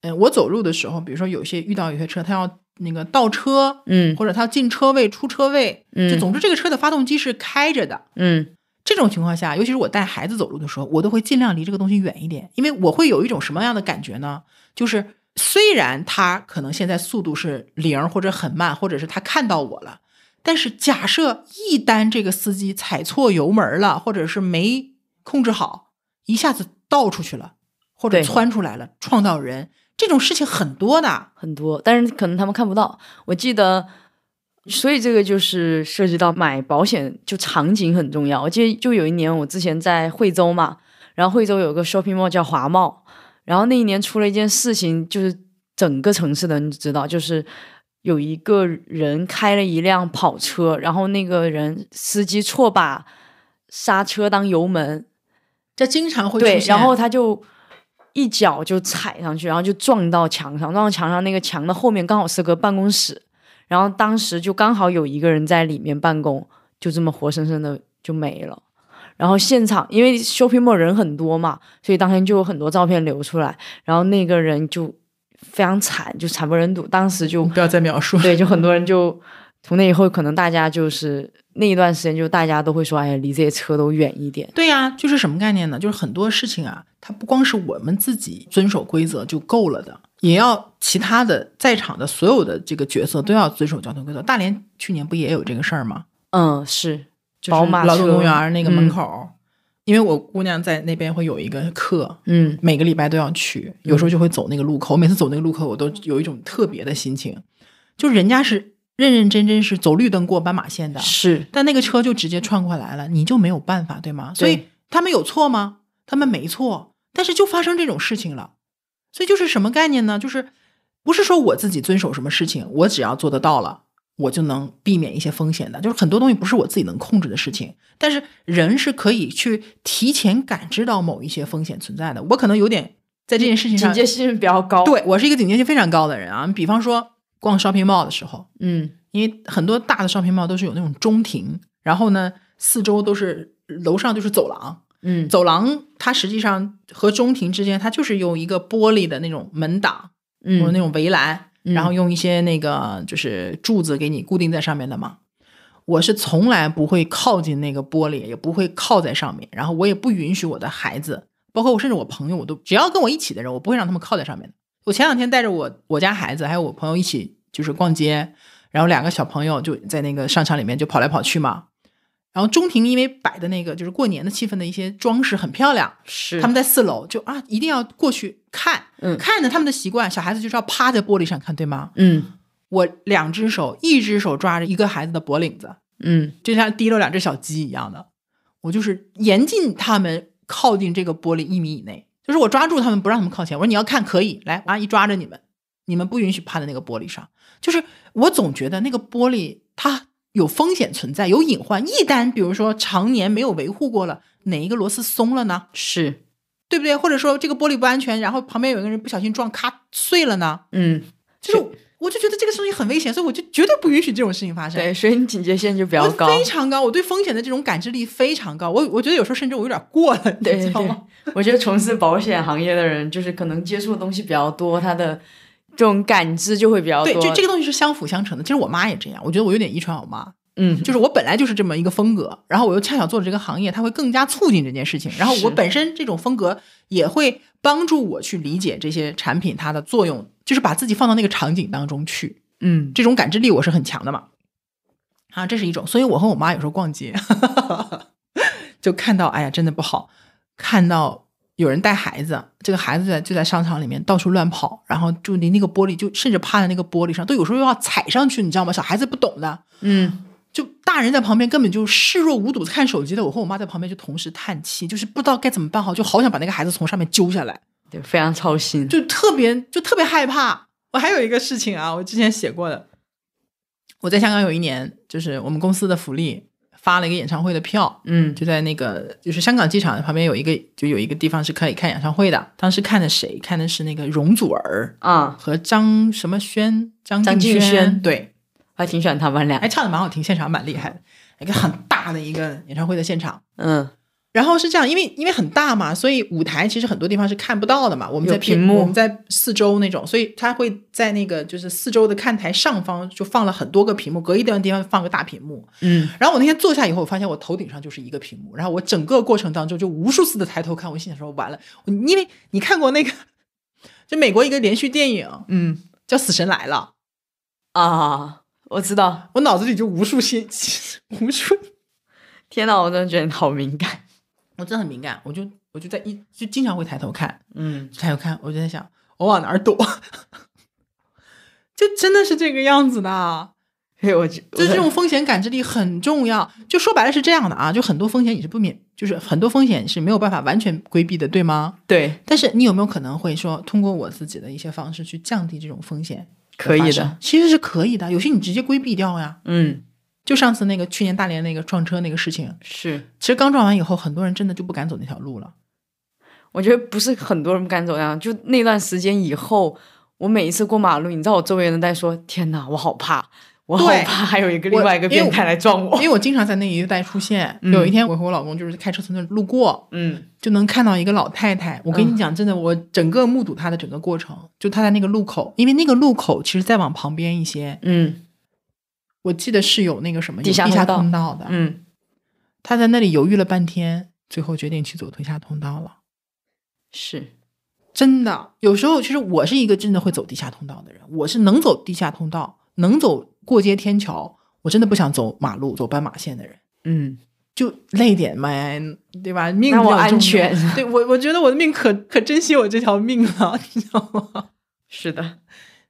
Speaker 1: 嗯、我走路的时候，比如说有些遇到有些车，它要那个倒车，
Speaker 2: 嗯
Speaker 1: 或者它要进车位、出车位，就
Speaker 2: 嗯
Speaker 1: 总之这个车的发动机是开着的，
Speaker 2: 嗯
Speaker 1: 这种情况下，尤其是我带孩子走路的时候，我都会尽量离这个东西远一点，因为我会有一种什么样的感觉呢？就是虽然他可能现在速度是零或者很慢，或者是他看到我了，但是假设一旦这个司机踩错油门了，或者是没控制好，一下子倒出去了，或者
Speaker 2: 对
Speaker 1: 窜出来了，撞到人，这种事情很多的。
Speaker 2: 很多，但是可能他们看不到。我记得，所以这个就是涉及到买保险，就场景很重要。我记得就有一年，我之前在惠州嘛，然后惠州有个 shopping mall 叫华贸，然后那一年出了一件事情，就是整个城市的人知道，就是有一个人开了一辆跑车，然后那个人司机错把刹车当油门，
Speaker 1: 这经常会出
Speaker 2: 对
Speaker 1: 现，，
Speaker 2: 然后他就一脚就踩上去，然后就撞到墙上，撞到墙上那个墙的后面刚好是个办公室，然后当时就刚好有一个人在里面办公，就这么活生生的就没了。然后现场因为 shopping mall 人很多嘛，所以当天就有很多照片流出来，然后那个人就非常惨，就惨不忍睹，当 时就
Speaker 1: 不要再描述了。
Speaker 2: 对，就很多人就从那以后，可能大家就是那一段时间，就大家都会说，哎，离这些车都远一点。
Speaker 1: 对呀、就是什么概念呢？就是很多事情啊，它不光是我们自己遵守规则就够了的，也要其他的在场的所有的这个角色都要遵守交通规则。大连去年不也有这个事儿吗？
Speaker 2: 嗯，是，
Speaker 1: 就
Speaker 2: 宝
Speaker 1: 是
Speaker 2: 马
Speaker 1: 劳动
Speaker 2: 车
Speaker 1: 公园那个门
Speaker 2: 嗯
Speaker 1: 口，因为我姑娘在那边会有一个课，
Speaker 2: 嗯
Speaker 1: 每个礼拜都要去，有时候就会走那个路口。我每次走那个路口，我都有一种特别的心情，就是人家是认认真真是走绿灯过斑马线的，
Speaker 2: 是，
Speaker 1: 但那个车就直接穿过来了，你就没有办法，对吗？所
Speaker 2: 对
Speaker 1: 以他们有错吗？他们没错，但是就发生这种事情了，所以就是什么概念呢？就是不是说我自己遵守什么事情，我只要做得到了，我就能避免一些风险的。就是很多东西不是我自己能控制的事情，但是人是可以去提前感知到某一些风险存在的。我可能有点在这件事情
Speaker 2: 警
Speaker 1: 上，
Speaker 2: 戒性比较高。，
Speaker 1: 对我是一个警戒性非常高的人啊。比方说逛 shopping mall 的时候，
Speaker 2: 嗯
Speaker 1: 因为很多大的 shopping mall 都是有那种中庭，然后呢，四周都是楼上就是走廊，
Speaker 2: 嗯
Speaker 1: 走廊它实际上和中庭之间，它就是用一个玻璃的那种门挡或者
Speaker 2: 嗯
Speaker 1: 那种围栏，
Speaker 2: 嗯
Speaker 1: 然后用一些那个就是柱子给你固定在上面的嘛。我是从来不会靠近那个玻璃，也不会靠在上面，然后我也不允许我的孩子，包括我甚至我朋友，我都只要跟我一起的人，我不会让他们靠在上面的。我前两天带着我我家孩子还有我朋友一起就是逛街，然后两个小朋友就在那个商场里面就跑来跑去嘛。然后中庭因为摆的那个就是过年的气氛的一些装饰很漂亮，
Speaker 2: 是
Speaker 1: 他们在四楼就啊一定要过去看，
Speaker 2: 嗯
Speaker 1: 看着他们的习惯，小孩子就是要趴在玻璃上看，对吗？
Speaker 2: 嗯
Speaker 1: 我两只手，一只手抓着一个孩子的脖领子，
Speaker 2: 嗯
Speaker 1: 就像提溜两只小鸡一样的，我就是严禁他们靠近这个玻璃一米以内，就是我抓住他们不让他们靠前，我说你要看可以，来，我阿姨抓着你们，你们不允许趴在那个玻璃上，就是我总觉得那个玻璃它有风险存在，有隐患，一旦比如说常年没有维护过了，哪一个螺丝松了呢？
Speaker 2: 是
Speaker 1: 对不对？或者说这个玻璃不安全，然后旁边有一个人不小心撞，咔碎了呢？
Speaker 2: 嗯
Speaker 1: 就是我就觉得这个事情很危险，所以我就绝对不允许这种事情发生。
Speaker 2: 对，所以你警戒线就比较
Speaker 1: 我
Speaker 2: 高。
Speaker 1: 非常高，我对风险的这种感知力非常高。我我觉得有时候甚至我有点过了，你
Speaker 2: 对
Speaker 1: 知
Speaker 2: 对
Speaker 1: 道
Speaker 2: 对
Speaker 1: 吗？，
Speaker 2: 我觉得从事保险行业的人，就是可能接触的东西比较多，他的这种感知就会比较多。
Speaker 1: 对，就这个东西是相辅相成的。其实我妈也这样，我觉得我有点遗传我妈，
Speaker 2: 嗯，
Speaker 1: 就是我本来就是这么一个风格，然后我又恰巧做了这个行业，它会更加促进这件事情。然后
Speaker 2: 是
Speaker 1: 我本身这种风格也会帮助我去理解这些产品它的作用，就是把自己放到那个场景当中去。
Speaker 2: 嗯，
Speaker 1: 这种感知力我是很强的嘛。啊，这是一种，所以我和我妈有时候逛街， 就看到，哎呀，真的不好，看到有人带孩子，这个孩子在就在商场里面到处乱跑，然后就离那个玻璃，就甚至趴在那个玻璃上，都有时候要踩上去，你知道吗？小孩子不懂的，
Speaker 2: 嗯
Speaker 1: 就大人在旁边根本就视若无睹看手机的，我和我妈在旁边就同时叹气，就是不知道该怎么办好，就好想把那个孩子从上面揪下来。
Speaker 2: 对，非常操心。
Speaker 1: 就特别就特别害怕。我还有一个事情啊，我之前写过的，我在香港有一年，就是我们公司的福利发了一个演唱会的票，
Speaker 2: 嗯
Speaker 1: 就在那个就是香港机场旁边有一个就有一个地方是可以看演唱会的。当时看的谁？看的是那个容祖儿
Speaker 2: 啊，
Speaker 1: 和张什么轩，张
Speaker 2: 张敬
Speaker 1: 敬
Speaker 2: 轩
Speaker 1: 对，
Speaker 2: 还挺喜欢他们俩
Speaker 1: 哎，。唱的蛮好听，现场蛮厉害的，一个很大的一个演唱会的现场。
Speaker 2: 嗯
Speaker 1: 然后是这样，因为因为很大嘛，所以舞台其实很多地方是看不到的嘛。我们在
Speaker 2: 有屏幕
Speaker 1: 我们在四周那种，所以它会在那个就是四周的看台上方就放了很多个屏幕，隔一段地方放个大屏幕。
Speaker 2: 嗯，
Speaker 1: 然后我那天坐下以后，我发现我头顶上就是一个屏幕，然后我整个过程当中就无数次的抬头看，我心想说完了，我因为你看过那个， 就美国一个连续电影
Speaker 2: 嗯
Speaker 1: 叫《死神来了》，
Speaker 2: 啊，我知道。
Speaker 1: 我脑子里就无数些 无数
Speaker 2: 天呐，我真的觉得你好敏感。
Speaker 1: 我真的很敏感，我就我就在一就经常会抬头看，
Speaker 2: 嗯
Speaker 1: 抬头看，我就在想我往哪儿躲， 就真的是这个样子的。啊
Speaker 2: 嘿，我就
Speaker 1: 就这种风险感知力很重要。就说白了是这样的啊，就很多风险你是不免，就是很多风险是没有办法完全规避的，对吗？
Speaker 2: 对，
Speaker 1: 但是你有没有可能会说，通过我自己的一些方式去降低这种风险？
Speaker 2: 可以
Speaker 1: 发
Speaker 2: 的
Speaker 1: 生。其实是可以的。有些你直接规避掉呀。
Speaker 2: 嗯，
Speaker 1: 就上次那个去年大连那个撞车那个事情，
Speaker 2: 是，
Speaker 1: 其实刚撞完以后，很多人真的就不敢走那条路了。
Speaker 2: 我觉得不是很多人不敢走那样，就那段时间以后，我每一次过马路，你知道我周围人在说：“天呐，我好怕，我好
Speaker 1: 对
Speaker 2: 怕，还有一个
Speaker 1: 我
Speaker 2: 另外一个
Speaker 1: 因为
Speaker 2: 变
Speaker 1: 我
Speaker 2: 态来撞我。
Speaker 1: 因为我经常在那一带出现。
Speaker 2: 哦
Speaker 1: 有一天，我和我老公就是开车从那儿路过”，
Speaker 2: 嗯
Speaker 1: 就能看到一个老太太。我跟你讲，真的，我整个目睹她的整个过程，就她在那个路口，因为那个路口其实再往旁边一些，
Speaker 2: 嗯
Speaker 1: 我记得是有那个什么有
Speaker 2: 地下
Speaker 1: 地下
Speaker 2: 通道
Speaker 1: 通道的。
Speaker 2: 嗯，
Speaker 1: 她在那里犹豫了半天，最后决定去走地下通道了。
Speaker 2: 是，
Speaker 1: 真的，有时候其实我是一个真的会走地下通道的人，我是能走地下通道，能走过街天桥，我真的不想走马路、走斑马线的人。
Speaker 2: 嗯
Speaker 1: 就累点呗，对吧？命
Speaker 2: 那我
Speaker 1: 比较重要
Speaker 2: 安全
Speaker 1: 对我我觉得我的命可可珍惜我这条命了， 你知道吗？
Speaker 2: 是的，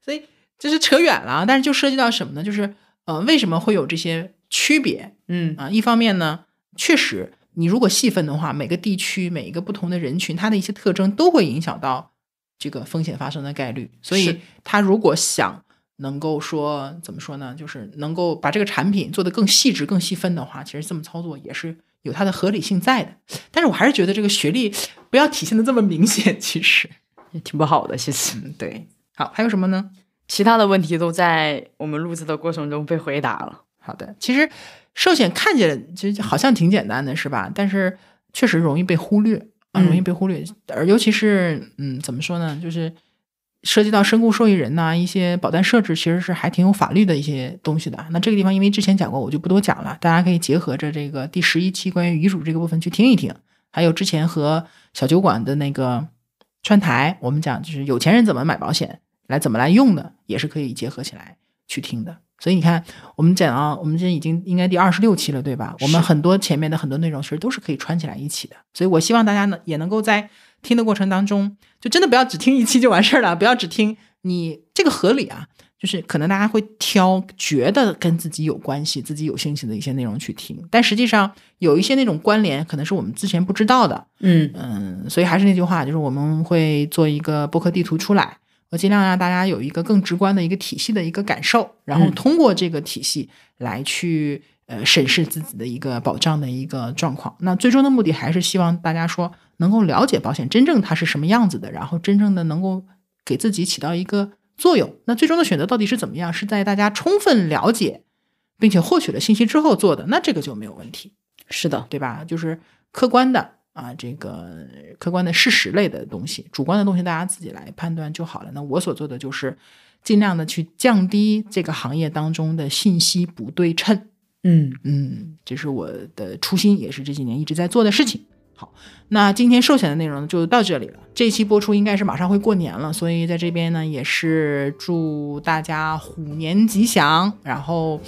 Speaker 1: 所以就是扯远了，啊，但是就涉及到什么呢？就是呃，为什么会有这些区别
Speaker 2: 嗯
Speaker 1: 啊？一方面呢，确实你如果细分的话，每个地区、每一个不同的人群，它的一些特征都会影响到这个风险发生的概率。所
Speaker 2: 是
Speaker 1: 以他如果想能够说怎么说呢，就是能够把这个产品做得更细致、更细分的话，其实这么操作也是有它的合理性在的。但是我还是觉得这个学历不要体现的这么明显，其实
Speaker 2: 也挺不好的。其实
Speaker 1: 嗯，对。好，还有什么呢？
Speaker 2: 其他的问题都在我们录制的过程中被回答了。
Speaker 1: 好的，其实寿险看起来其实好像挺简单的，是吧？但是确实容易被忽略啊，
Speaker 2: 嗯
Speaker 1: 容易被忽略。而尤其是嗯，怎么说呢？就是涉及到身故受益人呐、一些保单设置，其实是还挺有法律的一些东西的啊。那这个地方因为之前讲过，我就不多讲了，大家可以结合着这个第十一期关于遗嘱这个部分去听一听，还有之前和小酒馆的那个串台，我们讲就是有钱人怎么买保险，来怎么来用的，也是可以结合起来去听的。所以你看，我们讲啊，我们这已经应该第二十六期了，对吧？我们很多前面的很多内容其实都是可以串起来一起的。所以我希望大家呢也能够在听的过程当中，就真的不要只听一期就完事儿了，不要只听你这个合理啊，就是可能大家会挑觉得跟自己有关系、自己有兴趣的一些内容去听，但实际上有一些那种关联可能是我们之前不知道的，
Speaker 2: 嗯，
Speaker 1: 嗯，所以还是那句话，就是我们会做一个播客地图出来，我尽量让大家有一个更直观的一个体系的一个感受，然后
Speaker 2: 嗯
Speaker 1: 通过这个体系来去呃审视自己的一个保障的一个状况。那最终的目的还是希望大家说能够了解保险真正它是什么样子的，然后真正的能够给自己起到一个作用。那最终的选择到底是怎么样，是在大家充分了解并且获取了信息之后做的，那这个就没有问题。
Speaker 2: 是的，
Speaker 1: 对吧？就是客观的啊，这个客观的事实类的东西，主观的东西大家自己来判断就好了。那我所做的就是尽量的去降低这个行业当中的信息不对称。
Speaker 2: 嗯，
Speaker 1: 嗯，这是我的初心，也是这几年一直在做的事情。好，那今天寿险的内容就到这里了。这一期播出应该是马上会过年了，所以在这边呢也是祝大家虎年吉祥。然后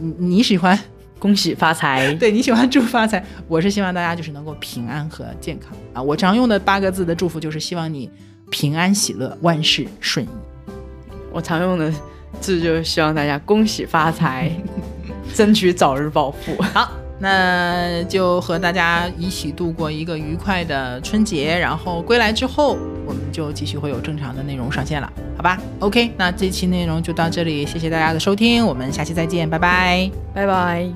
Speaker 1: 你你喜欢
Speaker 2: 恭喜发财。
Speaker 1: 对你喜欢祝发财，我是希望大家就是能够平安和健康啊。我常用的八个字的祝福就是希望你平安喜乐，万事顺意。
Speaker 2: 我常用的字就是希望大家恭喜发财，争取早日暴富。
Speaker 1: 好，那就和大家一起度过一个愉快的春节，然后归来之后，我们就继续会有正常的内容上线了，好吧？OK，那这期内容就到这里，谢谢大家的收听，我们下期再见，拜拜。
Speaker 2: 拜拜。